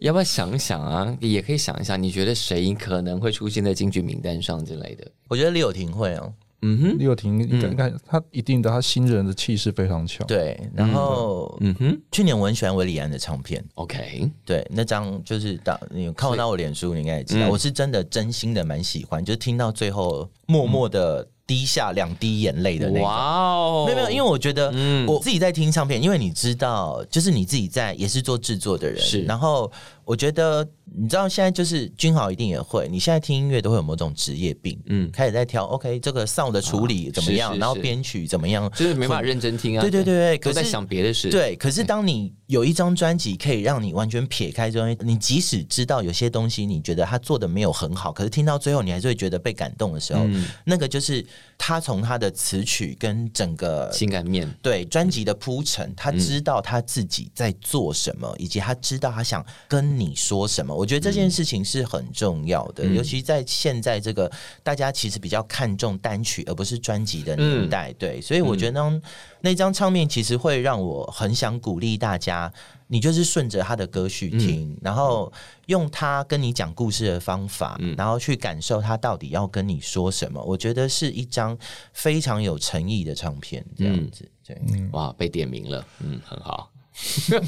S3: 要不要想一想啊？也可以想一想，你觉得谁可能会出现在金曲名单上之类的？
S2: 我觉得李友廷会哦，
S3: 嗯哼，
S4: 李友廷应该应该他一定的，他新人的气势非常强。
S2: 对。然后、
S3: 嗯哼
S2: 去年我很喜欢韦礼安的唱片，
S3: ，OK，
S2: 对，那张就是到你有看过到我脸书，你应该也知道，
S3: 嗯
S2: 我是真的真心的蛮喜欢，就是听到最后默默
S3: 嗯
S2: 的滴下两滴眼泪的那种。
S3: 哦
S2: 没有没有，因为我觉得
S3: 嗯
S2: 我自己在听唱片，因为你知道，就是你自己在也是做制作的人，
S3: 是
S2: 然后我觉得你知道现在就是君豪一定也会，你现在听音乐都会有某种职业病，
S3: 嗯
S2: 嗯，开始在挑 OK 这个 sound 的处理怎么样，
S3: 是是
S2: 然后
S3: 是
S2: 编曲怎么样，
S3: 就是没办法认真听啊。
S2: 对对对对
S3: 都在
S2: 可是
S3: 想别的事。，
S2: 对，可是当你有一张专辑可以让你完全撇开这些，你即使知道有些东西你觉得他做的没有很好，可是听到最后你还是会觉得被感动的时候，
S3: 嗯
S2: 那个就是他从他的词曲跟整个。
S3: 情感面
S2: 对专辑的铺陈，他知道他自己在做什么，以及他知道他想跟你说什么。我觉得这件事情是很重要的，尤其在现在这个大家其实比较看重单曲而不是专辑的年代。对，所以我觉得那张、那张唱片其实会让我很想鼓励大家，你就是顺着他的歌序听，然后用他跟你讲故事的方法，然后去感受他到底要跟你说什么。我觉得是一张非常有诚意的唱片，这样子。对，
S3: 哇，被点名了，嗯，很好。 <laughs>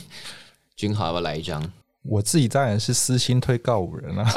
S3: 君豪要不要来一张？
S4: 我自己当然是私心推告五人啊，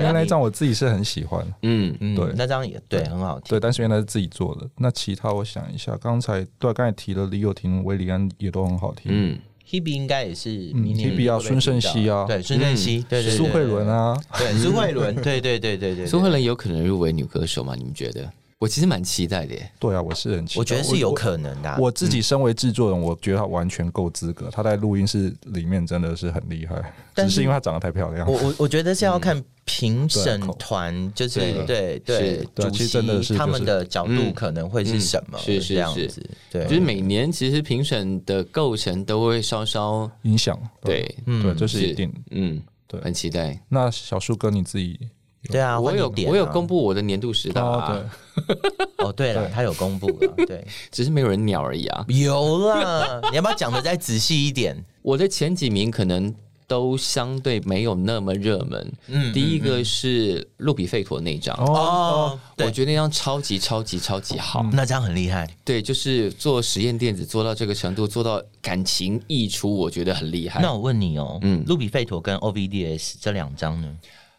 S2: <laughs> 对
S4: 为
S2: 啊，
S4: 那一张我自己是很喜欢，
S3: 嗯
S2: 嗯
S4: 对
S2: 那张也对，很好听。
S4: 对，但是因为那是自己做的。那其他我想一下，刚才对，刚才提了李友廷、韦礼安也都很好听，
S3: 嗯，
S2: Hebe 应该也是
S4: 嗯
S2: 明年
S4: Hebe 啊
S2: 会被
S4: 孙盛
S2: 提到
S4: 希啊
S2: 对，孙盛希，对对，对
S4: 苏慧伦，啊，
S2: 对对苏慧伦，对对对对对，
S3: 苏慧伦有可能入围女歌手吗？你们觉得？我其实蛮期待的耶。
S4: 对啊，我是很期待，
S2: 我觉得是有可能的啊。
S4: 我。我自己身为制作人，我觉得他完全够资格，他在录音室里面真的是很厉害，
S2: 但
S4: 只
S2: 是
S4: 是因为他长得太漂
S2: <laughs>
S4: 亮
S2: 我。我我觉得是要看评审
S4: 对口
S2: 团，就是
S3: 嗯对啊
S2: 对
S3: 是
S2: 对
S4: 对
S2: 主
S4: 其实真的是
S2: 席他
S4: 就
S2: 们
S4: 是
S2: 的角度
S3: 嗯
S2: 可能会是什么，
S3: 嗯是是
S2: 这样
S3: 是
S2: 子，
S3: 就
S2: 对
S3: 是。每年其实评审的构成都会稍稍
S4: 影响，
S3: 对，
S2: 嗯
S4: 对，这是一定。
S3: 嗯，
S4: 对
S3: 很期待。
S4: 那小树哥你自己
S2: 对啊，
S3: 我
S2: 换一
S3: 有
S2: 点啊
S3: 我有公布我的年度十大
S4: 哦
S3: 啊，，
S2: 哦，对了，他有公布
S3: <laughs>
S2: 了，对，
S3: 只是没有人鸟而已啊。
S2: 有啦，你要不要讲的再仔细一点？
S3: 我的前几名可能都相对没有那么热门。
S2: 嗯
S3: 第一个是路比费陀那一张，
S4: 对，哦，
S2: 哦，
S3: 我
S2: 对，嗯
S3: 觉得那张超级超级超级好。
S2: 那这样很厉害。
S3: 对，就是做实验电子做到这个程度，做到感情溢出，我觉得很厉害。
S2: 那我问你哦，
S3: 嗯
S2: 嗯，路比费陀跟 OVDS 这两张呢？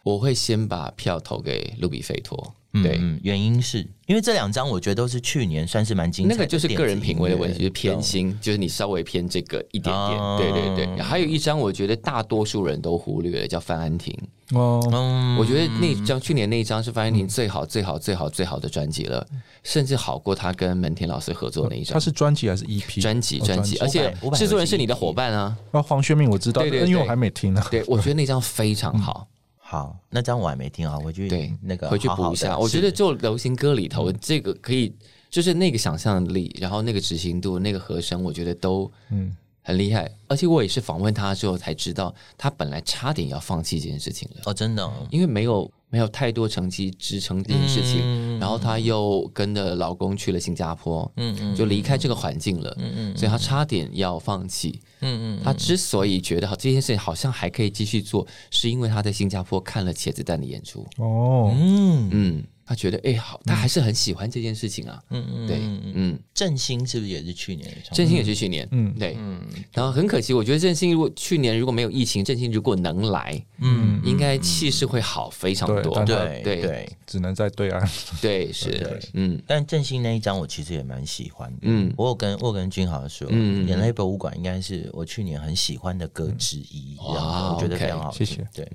S3: 我会先把票投给路比费陀。
S2: 嗯
S3: 对，
S2: 嗯原因是因为这两张我觉得都是去年算是蛮精彩
S3: 那
S2: 的
S3: 个就是个人品味的问题，
S2: 电
S3: 就
S2: 子
S3: 是
S2: 音乐
S3: 偏心，就是你稍微偏这个一点点。
S2: 哦
S3: 对对对，还有一张我觉得大多数人都忽略了，叫范安婷。
S4: 哦，
S2: 嗯
S3: 我觉得那张去年那一张是范安婷最好、最好、最好、最好的专辑了，甚至好过她跟门田老师合作那一张
S4: 他是专辑还是 EP？
S3: 哦专辑。
S4: 哦
S3: 专辑，而且
S2: 500
S3: 制作人是你的伙伴啊。
S4: 啊，黄轩明我知道，
S3: 对对
S4: 但因为
S3: 对
S4: 我还没听啊呢。
S3: 对，我觉得那张非常好，
S2: 好，那张我还没听啊，回去
S3: 对
S2: 那个
S3: 回去
S2: 好好
S3: 补一下。
S2: 地
S3: 我觉
S2: 是嗯
S3: 得就流行歌里头，这个可以，就是那个想象力，然后那个执行度，那个和声，我觉得都
S4: 嗯，
S3: 很厉害。而且我也是访问他之后才知道，他本来差点要放弃这件事情了，
S2: 哦，真的哦、
S3: 因为没有没有太多成绩支撑这件事
S2: 嗯
S3: 情。然后她又跟着老公去了新加坡，
S2: 嗯嗯
S3: 就离开这个环境了，所以她差点要放弃。
S2: 嗯嗯，
S3: 她之所以觉得好这件事情好像还可以继续做，是因为她在新加坡看了茄子蛋的演出。
S4: 哦，
S2: 嗯，
S3: 嗯，他觉得哎、好，他还是很喜欢这件事情啊。
S2: 嗯嗯，
S3: 对，
S2: 嗯嗯，
S3: 嗯，
S2: 振兴是不是也是去年的唱片？
S3: 振兴也是去年，
S4: 嗯
S3: 对。
S2: 嗯
S3: 然后很可惜，我觉得振兴如果去年如果没有疫情，振兴如果能来，
S2: 嗯，
S3: 应该气势会好非常
S4: 对
S3: 多
S4: 但。
S2: 对
S3: 对
S2: 对。
S4: 只能在对岸。 <laughs>
S3: 对，
S2: 对
S3: 是，嗯
S2: 但振兴那一张我其实也蛮喜欢的。
S3: 嗯
S2: 我有跟我有跟君豪说，
S3: 嗯嗯嗯
S2: 眼泪博物馆》应该是我去年很喜欢的歌之一，
S3: 嗯哇
S2: 然后我觉得
S3: OK，
S2: 非常好听。
S4: 谢谢
S2: 对，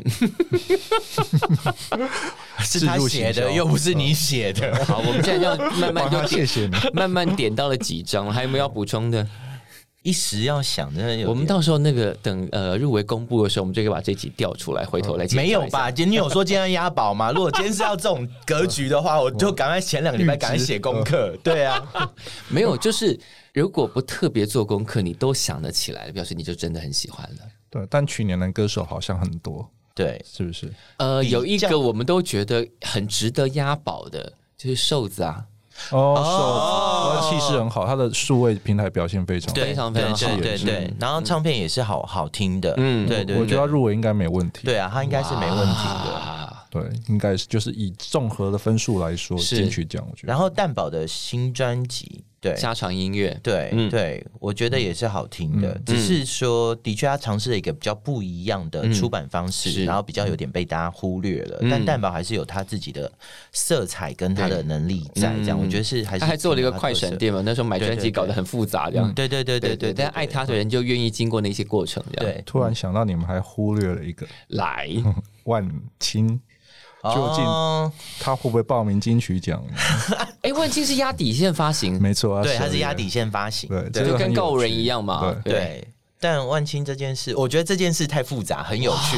S3: <laughs>
S2: 是他
S4: 置入
S2: 写
S4: 行
S2: 的，
S4: 销
S2: 又不是
S3: 嗯
S2: 你写的。
S3: 好，我们现在要慢慢就
S4: 哇谢
S3: 点，
S4: 谢你。
S3: 慢慢点到了几张了，还有没有要补充的？
S2: 一时要想，真的有点
S3: 我们到时候那个等呃入围公布的时候，我们就可以把这集调出来，回头来检查一
S2: 没
S3: 下
S2: 有？吧？姐，你有说今天要押宝吗？如果今天是要这种格局的话，我就赶快前两个礼拜赶快写功课。对啊，
S3: 没有，就是如果不特别做功课，你都想得起来了，表示你就真的很喜欢了。
S4: 对，但去年的歌手好像很多，
S2: 对，
S4: 是不是？
S3: 呃，
S2: 比较
S3: 有一个我们都觉得很值得押宝的，就是瘦子啊，
S4: 哦，
S2: 哦
S4: 手他的气势很好，他的数位平台表现非常好。
S3: 非常非常
S2: 对
S3: 好
S2: 对对
S3: 嗯
S2: 对。然后唱片也是好好听的，嗯，
S3: 嗯
S2: 对对，
S4: 我觉得他
S2: 对
S4: 入围应该没问题。
S2: 对啊，他应该是没问题的。
S3: 啊，
S4: 对，应该是就是以综合的分数来说
S3: 是
S4: 金曲奖，我觉得
S2: 然后蛋宝的新专辑，对。
S3: 家常音乐，
S2: 对、
S3: 嗯
S2: 对，我觉得也是好听的，只是说，的确他尝试了一个比较不一样的出版方式，
S3: 嗯是
S2: 然后比较有点被大家忽略了。
S3: 嗯
S2: 但蛋宝还是有他自己的色彩跟他的能力在，这样、
S3: 嗯
S2: 我觉得是还是
S3: 他还做了一个
S2: 挺有他
S3: 快
S2: 特色
S3: 闪店嘛，那时候买
S2: 对对
S3: 专辑搞得很复杂，这样。
S2: 对对对对
S3: 对
S2: 对，
S3: 但爱他的人就愿意经过那些过程，这样
S2: 对
S4: 突然想到你们还忽略了一个
S2: 嗯
S3: 来，
S4: 万青，
S3: 啊
S4: 究竟
S2: 哦
S4: 他会不会报名金曲奖？
S3: 哎，万青是压底线发行，
S4: <laughs> 没错，
S2: 对，他
S4: 12
S2: 是
S4: 月
S2: 压底线发行，
S4: 对，这
S3: 就
S4: 个
S3: 跟
S4: 很有
S3: 告五人
S4: 趣
S3: 一样嘛，
S4: 对
S2: 对。但万青这件事，我觉得这件事太复杂，很有趣。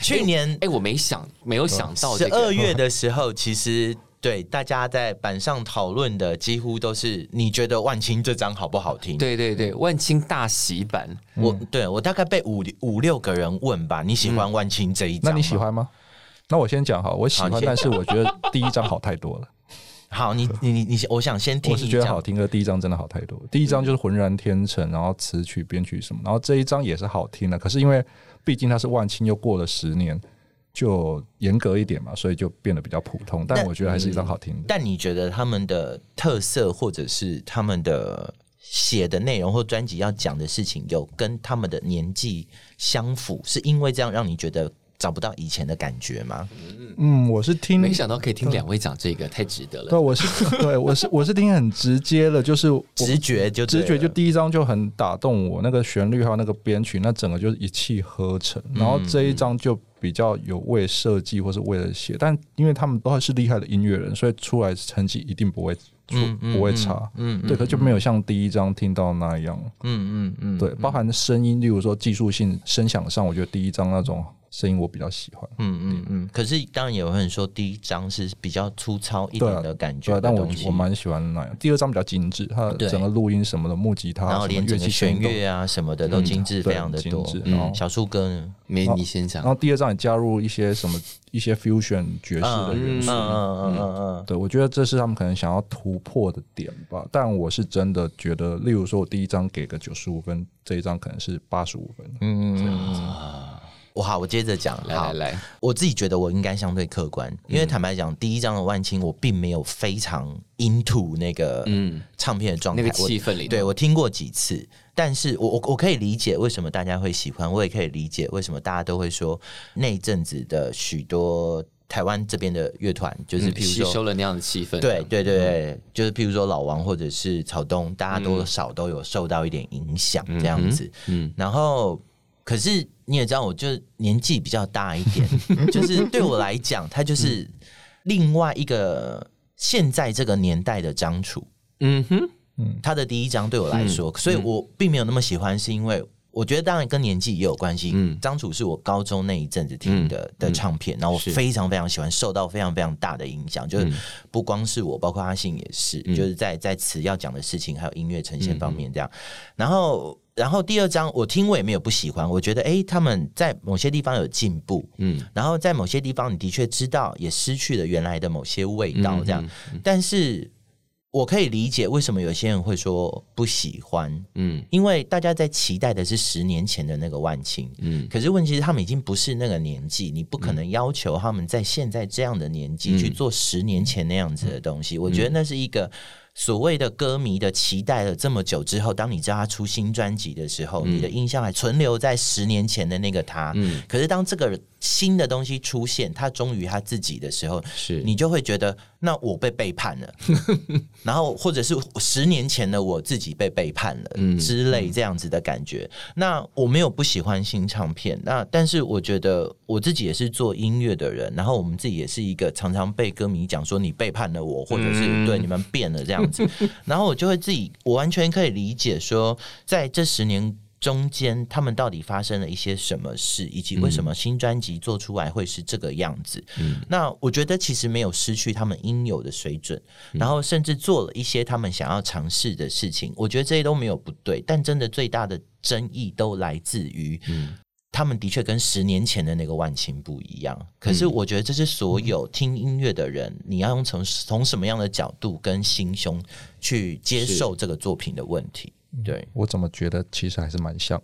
S2: 去年
S3: 哎、我没想，没有想到
S2: 十
S3: 这
S2: 二
S3: 个，
S2: 月的时候，其实对大家在板上讨论的几乎都是你觉得万青这张好不好听？
S3: 对对对，万青大洗版，
S2: 我
S4: 嗯
S2: 对我大概被五五六个人问吧，你喜欢万青这一张？
S4: 那你喜？欢吗？那我先讲哈，我喜欢
S2: 好你，先
S4: 但是
S3: <laughs>
S4: 我觉得第一张好太多了。
S2: 好，
S4: <laughs>
S2: 你你你你，我想先听
S4: 我
S2: 你
S4: 是觉得
S2: 讲
S4: 好听歌，第一张真的好太多。第一张就是浑然天成，然后词曲编曲什么，然后这一张也是好听的。可是因为毕竟它是万青，又过了十年，就严格一点嘛，所以就变得比较普通。但我觉得还是一张好听的。
S2: 但你觉得他们的特色，或者是他们的写的内容或专辑要讲的事情，有跟他们的年纪相符，是因为这样让你觉得找不到以前的感觉吗？
S4: 嗯，我是听
S3: 没想到可以听两位讲这个，太值得
S4: 对，
S3: 了。
S4: 我是 <laughs> 对，我是我是听很直接的，就是我
S2: 直觉就对
S4: 直
S2: 了嗯
S4: 觉就第一张就很打动我，那个旋律还有那个编曲，那整个就是一气呵成。然后这
S2: 嗯
S4: 一张就比较有为设计或是为了写，但因为他们都还是厉害的音乐人，所以出来成绩一定不会出不会差。
S2: 嗯
S4: 对，可就没有像第一张听到那样。
S2: 嗯嗯嗯，
S4: 对，包含声音，例如说技术性、声响上，我觉得第一张那种声音我比较喜欢。
S2: 嗯嗯嗯。可是当然有人说第一张是比较粗糙一
S4: 对
S2: 点
S4: 啊
S2: 的感觉
S4: 对
S2: 的，
S4: 啊但我
S2: 东西
S4: 我蛮喜欢那样。第二张比较精致，它
S2: 对
S4: 的整个录音什么的，木吉他、
S2: 然后
S4: 什
S2: 连
S4: 么乐
S2: 整个
S4: 器
S2: 弦
S4: 弦动
S2: 乐啊什么的都精致非
S4: 对
S2: 常的
S4: 精
S2: 多
S4: 致。
S3: 嗯
S4: 然后
S2: 小树哥呢？
S3: 没你先讲
S2: 嗯
S4: 然，后第二张也加入一些什么一些 fusion 爵士的
S2: 嗯
S4: 元
S2: 嗯
S4: 素。
S2: 嗯嗯嗯
S4: 对，我觉得这是他们可能想要突破的点吧。但我是真的觉得，例如说我第一张给个九十五分，这一张可能是八十五分。
S2: 嗯嗯嗯。我好，我接着讲。
S3: 来
S2: 好
S3: 来，来，
S2: 我自己觉得我应该相对客观，因为
S4: 嗯
S2: 坦白讲，第一张的万青我并没有非常 into 那个
S3: 嗯
S2: 唱片的状态，
S3: 那个
S2: 我
S3: 气氛里，
S2: 对我听过几次，但是我我我可以理解为什么大家会喜欢，我也可以理解为什么大家都会说那一阵子的许多台湾这边的乐团，就是
S3: 嗯
S2: 譬
S3: 吸
S2: 如说。
S3: 收了那样的嗯气氛，
S2: 对对对对，就是譬如说老王或者是草东，大家多少都有受到一点影响这样子。
S3: 嗯，
S2: 然后，可是你也知道，我就年纪比较大一点，就是对我来讲，他
S3: 嗯
S2: 就是另外一个现在这个年代的张楚。
S3: 嗯哼，
S2: 他的第一张对我来
S3: 嗯
S2: 说，所以我并没有那么喜欢，是因为我觉得当然跟年纪也有关系。
S3: 嗯
S2: 张楚是我高中那一阵子听的、的唱片，然后我
S3: 是嗯
S2: 非常非常喜欢，受到非常非常大的影响，就是不光是我，包括阿信也是，就是在在词要讲的事情，还有音乐呈现
S3: 嗯
S2: 方面这样。然后，然后第二张我听我也没有不喜欢，我觉得诶他们在某些地方有进步，
S3: 嗯，
S2: 然后在某
S3: 嗯
S2: 些地方你的确知道，也失去了原来的某些味道，这样。但是我可以理解为什么有些人会说不喜欢，
S3: 嗯
S2: 因为大家在期待的是十年前的那个万青。
S3: 嗯
S2: 可是问题是，他们已经不是那个年纪，你不可能要求他们在现在这样的年纪
S3: 嗯
S2: 去做十年前那样子的东西。我觉得那是一个所谓的歌迷的期待了这么久之后，当你知道他出新专辑的时候，你的印象还存留在十年前的那个他。
S3: 嗯，
S2: 可是当这个新的东西出现，他忠于他自己的时候，
S3: 是
S2: 你就会觉得那我被背叛了，然后或者是十年前的我自己被背叛了、
S3: 嗯
S2: 之类这样子的感觉。那我没有不喜欢新唱片，那但是我觉得我自己也是做音乐的人，然后我们自己也是一个常常被歌迷讲说你背叛了我，或者是、
S3: 嗯
S2: 对你们变了这样
S3: <laughs>
S2: 子，然后我就会自己，我完全可以理解说在这十年。中间他们到底发生了一些什么事，以及为什
S3: 嗯
S2: 么新专辑做出来会是这个样子？那我觉得其实没有失去他们应有的水准，
S3: 嗯
S2: 然后甚至做了一些他们想要尝试的事情，我觉得这些都没有不对，但真的最大的争议都来自于。
S3: 嗯
S2: 他们的确跟十年前的那个万青不一样，可
S3: 嗯
S2: 是我觉得这是所有听音乐的人，你要用从从什么样的角度跟心胸去接
S3: 是
S2: 受这个作品的问题，对，
S4: 我怎么觉得其实还是蛮像，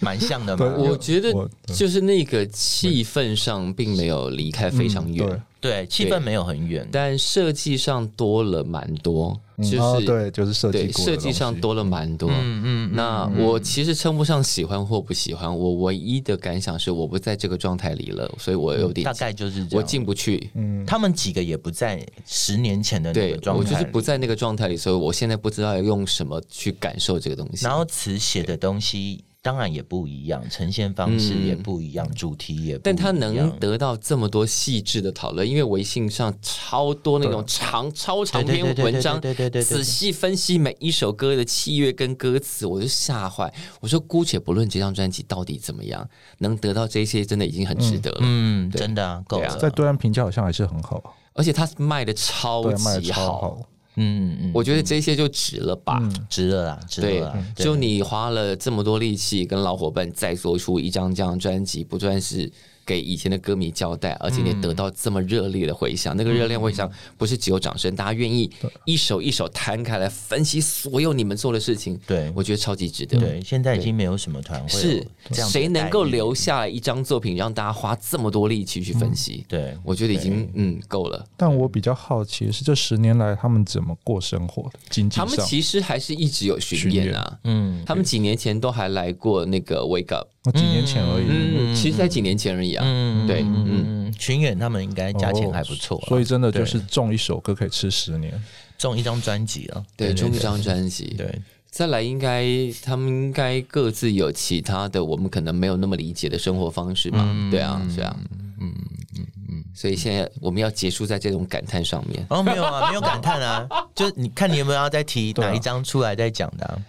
S2: 蛮像的嘛。
S4: 对
S3: <laughs> 我觉得
S4: 我对
S3: 就是那个气氛上并没有离开非常远，
S4: 嗯对
S2: 对，气氛没有很远，
S3: 但设计上多了蛮多，就是、
S4: 嗯啊对，就是设计
S3: 对
S4: 过的
S3: 设计上
S4: 东西
S3: 多了蛮多。
S2: 嗯
S3: 那我其实称不上喜欢或不喜欢，我唯一的感想是我不在这个状态里了，所以我有点
S2: 嗯大概就是这
S3: 我
S2: 样。
S3: 进不去。
S4: 嗯
S2: 他们几个也不在十年前的那
S3: 嗯对
S2: 个，状
S3: 我
S2: 态
S3: 就
S2: 里，
S3: 是不在那个状态里，所以我现在不知道要用什么去感受这个东西。
S2: 然后词写的东西当然也不一样，呈现方式也不一样，主题也不一样，
S3: 但他能得到这么多细致的讨论，因为微信上超多那种长超长篇
S2: 对对对对
S3: 文章
S2: 对对对对，对
S3: 仔细分析每一首歌的器乐跟歌词，我就吓坏。我说，姑且不论这张专辑到底怎么样，能得到这些真的已经很值得了。
S2: 嗯，
S3: 对
S2: 真的啊，够
S3: 对啊
S2: 了，
S4: 在对岸评价好像还是很好，
S3: 而且他卖的超
S4: 对，卖的
S3: 级
S4: 超
S3: 好，
S4: 好。
S2: 嗯嗯，
S3: 我觉得这些就值了吧。
S2: 值得啦，值得
S3: 对嗯
S2: 啦，对
S3: 就你花了这么多力气跟老伙伴再做出一张这样的专辑，不算是给以前的歌迷交代，而且你得到这么热烈的回响，那个热烈回响不是只有掌声，大家愿意嗯一首一首摊开来分析所有你们做的事情，
S2: 对
S3: 我觉得超级值得。
S2: 对，现在已经没有什么团会
S3: 是
S2: 有这样子的
S3: 谁能够
S2: 待遇
S3: 留下来一张作品，让大家花这么多力气去分析？
S2: 对
S3: 我觉得已经嗯够了。
S4: 但我比较好奇的是，这十年来他们怎么过生活的？经济
S3: 他
S4: 上，
S3: 们其实还是一直有巡演啊，
S2: 嗯，
S3: 他们几年前都还来过那个 Wake Up，
S4: 哦几年前而已。
S3: 嗯，其实才几年前而已啊。
S2: 嗯
S3: 对
S2: 嗯嗯，巡演他们应
S3: 嗯
S2: 该价钱还不错
S4: 哦
S2: 啦，
S3: 啊
S4: 所以真的就
S2: 对
S4: 是中一首歌可以吃十年。
S2: 中一张专辑啊了，
S3: 对，中一张专辑。
S2: 对，
S3: 再来应该他们应该各自有其他的，我们可能没有那么理解的生活方式嘛。对啊，是啊，嗯嗯嗯。所以现在我们要结束在这种感叹上面，
S2: 哦没有啊，没有感叹啊，就你看你有没有要再提
S4: 啊
S2: 哪一张出来再讲的啊，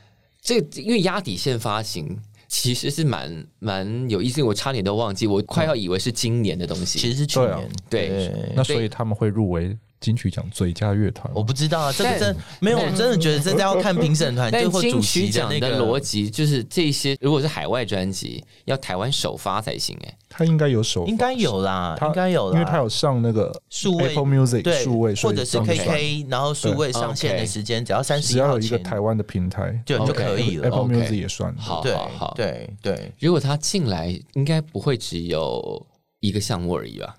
S3: 这个因为压底线发行。其实是蛮蛮有意思，我差点都忘记，我快要以为是今年的东西。
S2: 其实是去
S4: 对啊
S2: 年
S3: 对
S4: 那所以他们会入围金曲奖最佳乐团吗。
S2: 我不知道啊，这个
S3: 但
S2: 真没有，我真的觉得这要看评审
S3: <laughs>
S2: 团最
S3: 但
S2: 后
S3: 金
S2: 主
S3: 曲
S2: 席
S3: 奖
S2: 那
S3: 的
S2: 个
S3: 逻辑就是这些，如果是海外专辑，要台湾首发才行哎、
S4: 他应该有首，
S2: 应该有啦，
S4: 他
S2: 应该有啦，
S4: 因为他有上那个
S2: 数位
S4: Apple Music
S2: 对
S4: 数位，所
S2: 或
S4: 以
S2: 者是
S4: 这样算
S2: KK，然后数位上线的时间只要三十
S4: 只
S2: 一
S4: 要
S2: 号
S4: 有一个
S2: 前
S4: 台湾的平台
S2: 就就
S3: OK，
S2: 可以了。
S4: ，Apple
S3: OK
S4: Music 也算。
S3: 好
S2: 对
S3: 好好，
S2: 对对，
S3: 如果他进来，应该不会只有一个项目而已吧？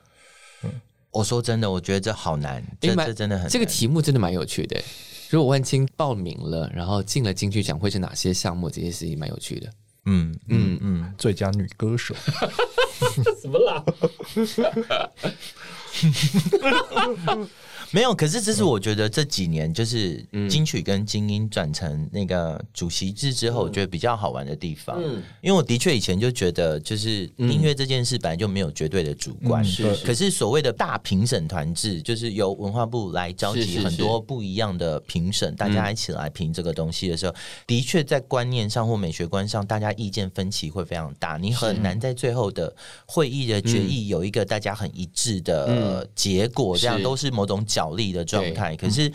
S2: 我说真的，我觉得这好难，这
S3: 因为蛮
S2: 这真的很
S3: 这个
S2: 难
S3: 题目真的蛮有趣的。如果万青报名了，然后进了金曲奖，会是哪些项目？这些事情蛮有趣的。
S2: 嗯嗯嗯，
S4: 最佳女歌
S2: <laughs>
S4: 手，
S2: 没有，可是这是我觉得这几年就是
S3: 嗯
S2: 金曲跟精英转成那个主席制之后，我觉得比较好玩的地方。嗯，因为我的确以前就觉得，就是
S3: 嗯
S2: 音乐这件事本来就没有绝对的主观，
S4: 是是
S2: 可是所谓的大评审团制，就是由文化部来召
S3: 是
S2: 集
S3: 是
S2: 很多不一样的评审，大家一起来评这个东西的
S3: 嗯
S2: 时候，的确在观念上或美学观上，大家意见分歧会非常大，你很难在最后的会议的决议有一个大家很一致的呃
S3: 嗯
S2: 结果，这样
S3: 是
S2: 都是某种角力的状
S3: 嗯
S2: 态。可是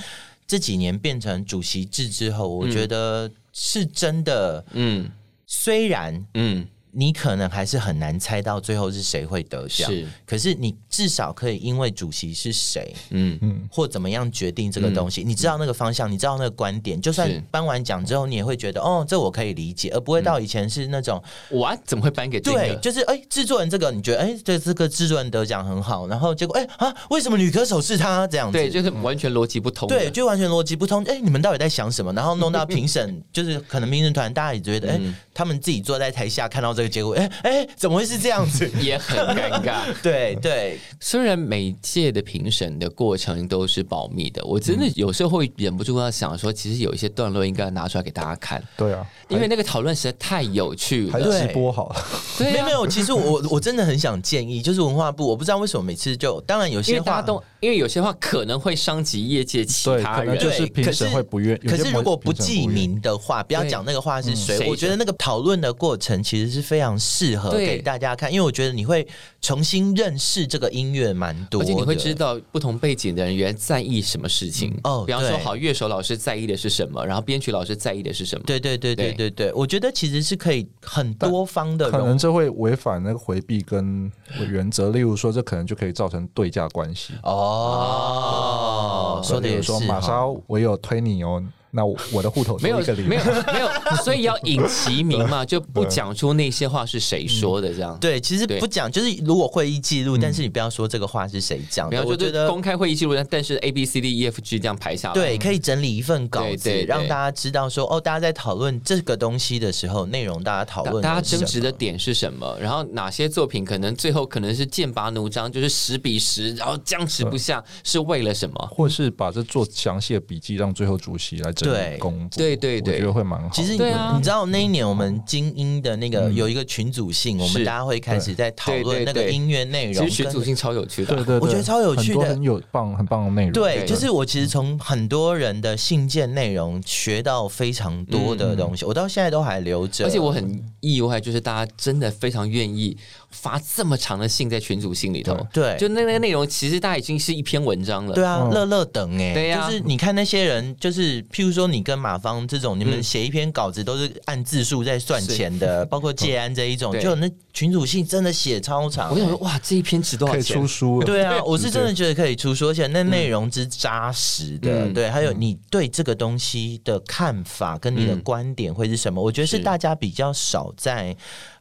S2: 这几年变成主席制之后，我觉得是真的，
S3: 嗯
S2: 虽然。
S3: 嗯，
S2: 你可能还是很难猜到最后是谁会得奖，
S3: 是
S2: 可是你至少可以因为主席是谁，
S3: 嗯
S2: 或怎么样决定这个东西，你知道那个方向，你知道那个观点，就算
S3: 是
S2: 颁完奖之后，你也会觉得哦，这我可以理解，而不会到以前是那种、
S3: 哇，怎么会颁给这
S2: 对，
S3: 个？
S2: 就是哎，制、作人这个你觉得哎，这、这个制作人得奖很好，然后结果哎啊，为什么女歌手是他这样子？
S3: 对，就是完全逻辑不通的。
S2: 对，就完全逻辑不通。哎、你们到底在想什么？然后弄到评审，就是可能评审团大家也觉得，哎、
S3: 嗯
S2: 他们自己坐在台下看到这个结果，哎、哎、怎么会是这样子？
S3: 也很尴尬。
S2: <laughs> 对对，
S3: 虽然每届的评审的过程都是保密的，我真的有时候会忍不住要想说，其实有一些段落应该要拿出来给大家看，
S4: 对啊，
S3: 因为那个讨论实在太有趣
S4: 还
S3: 了。
S4: 直播好了，
S3: 对
S2: 没
S3: 啊
S2: 有没有，其实我我真的很想建议，就是文化部，我不知道为什么每次就，当然有
S3: 因
S2: 些
S3: 为大
S2: 话
S3: 家都，因为有些话可能会伤及业界其
S4: 对，
S3: 他
S4: 可能
S3: 人，
S4: 就是
S2: 对
S4: 评审会不愿，
S2: 可
S4: 有
S2: 是
S4: 些
S2: 如果不
S4: 评审
S2: 记
S4: 愿
S2: 名的话，不要讲那个话是谁
S3: 嗯，
S2: 我觉得那个讨论的过程其实是非常适合
S3: 对
S2: 给大家看，因为我觉得你会重新认识这个音乐蛮多
S3: 而
S2: 的，
S3: 且你会知道不同背景的人原来在意什么事情。
S2: 哦
S3: 比方说，
S2: 对
S3: 好，乐手老师在意的是什么，然后编曲老师在意的是什么。
S2: 对对对对对对，我觉得其实是可以很多方的
S4: 可
S2: 融
S4: 能这会违反那个回避跟原则，例如说，这可能就可以造成对价关系。
S2: 哦，说的
S4: 例
S2: 也
S4: 如
S2: 是
S4: 说，马
S2: 哈
S4: 莎我有推你哦，那我我的户头
S3: 没有
S4: 多一个零，
S3: 没有没有，所以要引其名
S2: <laughs>
S3: 嘛，就不讲出那些话是谁说的这样。
S2: 对，其实
S3: 对
S2: 不讲，就是如果会议记录，但是你不要说这个话是谁讲
S3: 比
S2: 的，
S3: 方
S2: 我
S3: 说，
S2: 觉
S3: 就是
S2: 得
S3: 公开会议记录，但是 A B C D E F G 这样排下来。
S2: 对，可以整理一份稿
S3: 对
S2: 子
S3: 对对，
S2: 让大家知道说哦，大家在讨论这个东西的时候，内容大家讨
S3: 大，
S2: 论了
S3: 大家
S2: 什
S3: 争
S2: 么
S3: 执的点是什么？然后哪些作品可能最后可能是剑拔弩张，就是十比十，然后僵持不下，是为了什么？
S4: 或是把这做详细的笔记，让最后主席来整
S2: 对
S4: 理公布。
S3: 对对对
S4: 我觉得会蛮好。
S2: 其实你
S3: 对啊
S2: 你知道那一年我们精英的那个有一个群组性，我们
S3: 嗯是
S2: 大家会开始在讨
S3: 对对
S2: 论那个
S3: 对
S2: 音乐内
S3: 其
S2: 容
S3: 实群组
S2: 跟。
S3: 性超有趣的
S4: 对
S3: 啊。
S4: 对，对
S2: 我觉得超有趣的
S4: 很多很有棒很棒的内容。
S2: 对，
S3: 对
S2: 就是我其实从很多人的信件内容学到非常多的东西，我到现在都还留着。
S3: 而且我很意外，就是大家真的非常愿意发这么长的信在群组信里头。
S2: 对
S3: 就那那个内容，其实大家已经是一篇文章了。
S2: 对啊，
S4: 嗯
S2: 乐乐等哎、
S3: 对啊
S2: 就是你看那些人，就是譬如说你跟马芳这种，你们写一篇稿子都是按字数在算钱 <laughs> 的，包括戒安这一种，
S3: 对
S2: 就那群主性真的写超长、
S3: 我想说，哇，这一篇值多
S4: 可
S3: 少
S4: 以
S3: 钱
S4: 出？书了。
S2: <laughs> 对啊， <laughs> 我是真的觉得可以出书，而且那内容之扎实的，
S3: 嗯
S2: 对，还有你对这个东西的看法跟你的观点会是什么？我觉得是
S3: 是
S2: 大家比较少在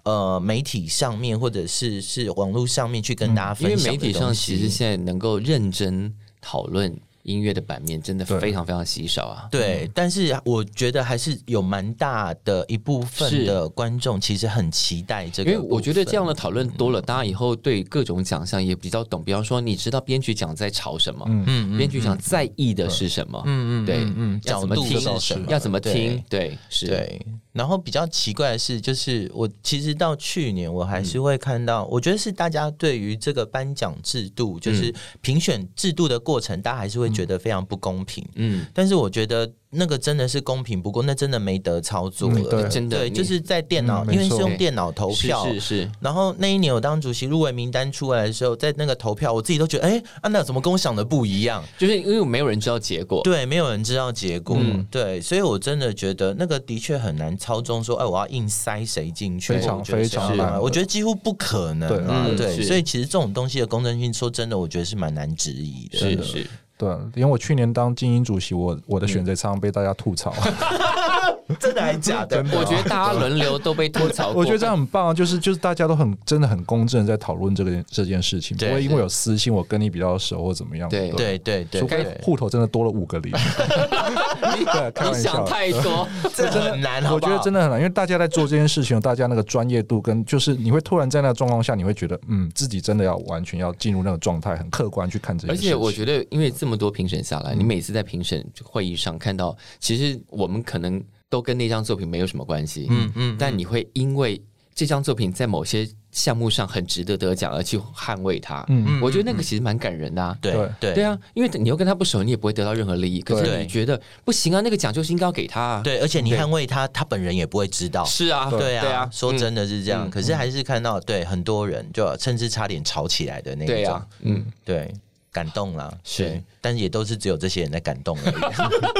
S2: 呃媒体上面或者是是网络上面去跟大家
S3: 因为
S2: 分享
S3: 媒
S2: 的
S3: 体上
S2: 东
S3: 其实
S2: 西。
S3: 现在能够认真讨论音乐的版面，真的
S4: 对
S3: 非常非常稀少啊。
S2: 对，但是我觉得还是有蛮大的一部分
S3: 是
S2: 的观众其实很期待这
S3: 因
S2: 个部
S3: 为
S2: 分，嗯
S3: 我觉得这样的讨论多了，大家以后对各种奖项也比较懂。比方说，你知道编曲奖在吵什么，
S4: 嗯
S2: 嗯，嗯
S3: 编曲奖在意的是什么，
S2: 嗯嗯
S3: 对
S2: 嗯嗯，
S3: 要
S2: 角
S3: 怎么
S2: 度
S3: 听
S2: 是什么，
S3: 要怎么听
S2: 对，
S3: 对，是，
S2: 对，然后比较奇怪的是，就是我其实到去年，我还是会看到，我觉得是大家对于这个颁奖制
S3: 嗯
S2: 度，就是评选制度的过程，大家还是会觉得非常不公平。
S3: 嗯，
S2: 但是我觉得那个真的是公平，不过那真的没得操作
S4: 嗯
S2: 了，
S4: 对
S3: 真的
S2: 对，
S3: 你
S2: 就是在电脑，
S4: 嗯没
S2: 因为是
S4: 错
S2: 用电脑投
S3: 是
S2: 票。
S3: 是是，
S2: 然后那一年我当主席入围名单出来的时候，在那个投票，我自己都觉得，哎，啊，那怎么跟我想的不一样？
S4: 嗯
S3: 就是因为没有人知道结果，
S2: 对，没有人知道结果。对，所以我真的觉得那个的确很难操纵，说哎，我要硬塞谁进去，
S4: 非常
S2: 我觉得
S4: 非常
S2: 是啊
S4: 难的
S2: 我觉得几乎不可能
S4: 对
S2: 啊。
S3: 嗯
S2: 对，
S3: 是
S2: 所以其实这种东西的公正性，说真的，我觉得是蛮难质疑的。
S3: 是是，
S4: 对，因为我去年当精英主席，我我的选择常常被大家吐槽。
S2: 嗯真的还是假的？啊
S4: 啊
S3: 我觉得大家轮流都被吐槽过，
S4: <laughs> 我觉得这样很
S2: <laughs>
S4: 棒啊，就是就是大家都很真的很公正地在讨论这个这件事情，不
S3: 对
S4: 会因为
S3: 对
S4: 有私心我跟你比较熟或怎么样。
S3: 对
S2: 对对对
S4: 除非
S2: 对，
S4: 户头真的多了
S2: <laughs>
S4: 五个零，对，开
S3: <laughs> 你
S4: 玩
S3: 想
S4: 笑。
S3: 太多，
S2: 这很难，好
S4: 我
S2: 不
S4: 觉
S2: 好
S4: 得真的很难，因为大家在做这件事情，大家那个专业度跟就是你会突然在那个状况下，你会觉得嗯，自己真的要完全要进入那个状态，很客观去看这件
S3: 而
S4: 事情。
S3: 且我觉得，因为这么多评审下来，你每次在评审会议上看到，其实我们可能都跟那张作品没有什么关系，嗯嗯，但你会因为这张作品在某些项目上很值得得奖而去捍卫它，嗯嗯，我觉得那个其实蛮感人的、啊。
S2: 对嗯对
S3: 对啊，因为你又跟他不熟，你也不会得到任何利益。可是
S2: 对
S3: 你觉得不行啊，那个奖就是应该要给他啊。，
S2: 对，而且你
S3: 对
S2: 捍卫他，他本人也不会知道。
S3: 是啊，
S2: 对
S3: 对
S2: 啊
S3: 啊，，
S2: 说真的是这样，
S3: 嗯
S2: 可是还是看到对很多人就甚至差点吵起来的那
S3: 对
S2: 一种
S3: 啊，，嗯，
S2: 对，感动啦，
S3: 是
S2: 对，但也都是只有这些人在感动而已。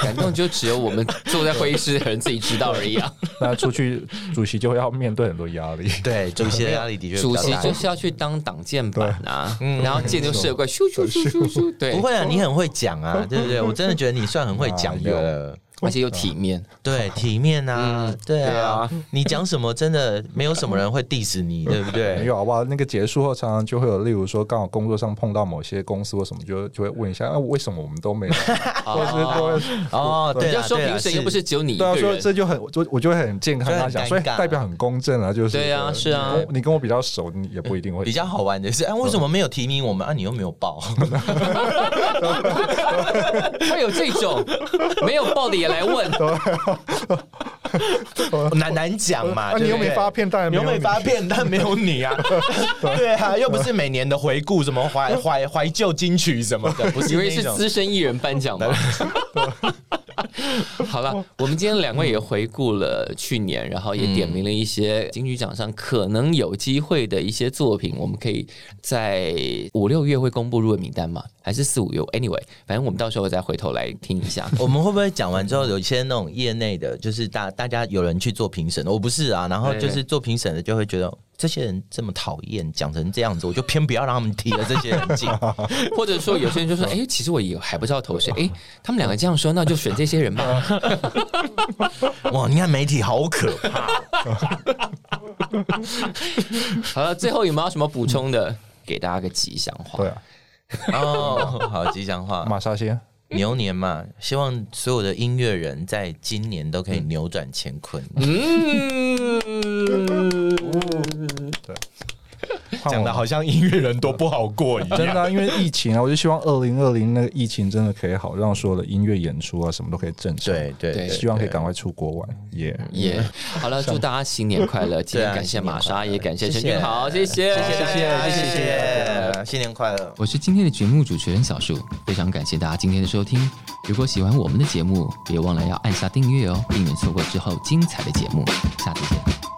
S3: 感动就只有我们坐在会议室的人自己知道而已啊。
S4: 那出去主席就会要面对很多压力。
S2: <laughs> 对，主席的压力的确比较
S3: 主席
S2: 大
S3: 就是要去当挡箭板啊，然后箭就射过来，咻咻咻咻咻，对，
S2: 不会啊，你很会讲啊，对不对？我真的觉得你算很会讲
S3: <laughs>
S2: 的了。
S3: 而且又体面，
S2: 对，体面啊，对
S3: 对
S2: 啊
S3: 啊，
S2: 你讲什么真的没有什么人会 diss 你，对不
S4: <laughs> 没
S2: 对？
S4: 有好不好？那个结束后，常常就会有，例如说，刚好工作上碰到某些公司或什么，就就会问一下，啊，为什么我们都没
S2: <laughs>
S4: 有？或是都会
S2: 哦，
S3: 你
S2: 对
S3: 就
S2: 啊，
S3: 说
S2: 对啊
S3: 评审又不是只有你一
S4: 对啊，
S3: 个
S4: 所以
S3: 人，
S4: 这就很，我就我就会很健康
S2: 就
S4: 跟
S2: 很
S4: 他讲，
S2: 尴
S4: 所以
S2: 尬
S4: 代表很公正啊，就是
S3: 对啊，是啊
S4: 你跟，我你跟我比较熟，你也不一定会
S2: 比较好玩的是，啊，为什么没有提名我们啊？你又没有报，
S3: 会有这种没有报的也来问，
S2: 哦难难讲嘛。
S4: 啊，你
S2: 对
S4: 又
S2: 不对
S4: 没发片，当然
S2: 你
S4: 没
S2: 又
S4: 有
S2: 没
S4: 你
S2: 发片，但没有你
S4: <laughs>
S2: 啊。对啊，又不是每年的回顾，什么怀怀怀旧金曲什么 <laughs> 的，不是
S3: 以为
S2: 那
S3: 是
S2: 种。
S3: 资深艺人颁奖吗？ <laughs> 好了，我们今天两位也回顾了去年，然后也点名了一些金曲奖上可能有机会的一些作品，我们可以在五六月会公布入围名单嘛？还是四五月？Anyway，反正我们到时候再回头来听一下。
S2: 我们会不会讲完之后，有一些那种业内的，就是大大家有人去做评审的，我不是啊，然后
S3: 对
S2: 就是做评审的就会觉得这些人这么讨厌，讲成这样子，我就偏不要让他们提了这些人 <laughs> 进。
S3: 或者说有些人就说，哎、其实我也还不知道投谁，哎、他们两个这样说，那就选这些
S2: <laughs>
S3: 人吧。
S2: 哇，你看媒体好可怕，
S3: 好了，最后有没有什么补充的？给大家个吉祥话
S4: 对。啊，
S2: 哦，好吉祥 <laughs> 话，
S4: 玛莎先，
S2: 牛年嘛，希望所有的音乐人在今年都可以扭转乾坤。
S3: 嗯，
S4: 换
S2: 嗯
S4: 我
S2: 得像音乐人多不好过一
S4: 真的、啊，因为疫情啊，我就希望二零二零那个疫情真的可以好，让所有的音乐演出啊什么都可以正常。
S2: 对对嗯
S3: 对
S4: 希望可以赶快出国玩，耶、
S3: 也、好 <laughs> 了，祝大家新啊年快乐！今天感谢玛莎，也感谢陈俊豪，谢谢，
S2: 谢谢
S3: 大家
S2: 谢谢谢谢，新年快乐。
S3: 我是今天的节目主持人小树，非常感谢大家今天的收听。如果喜欢我们的节目，别忘了要按下订阅哦，避免错过之后精彩的节目。下次见。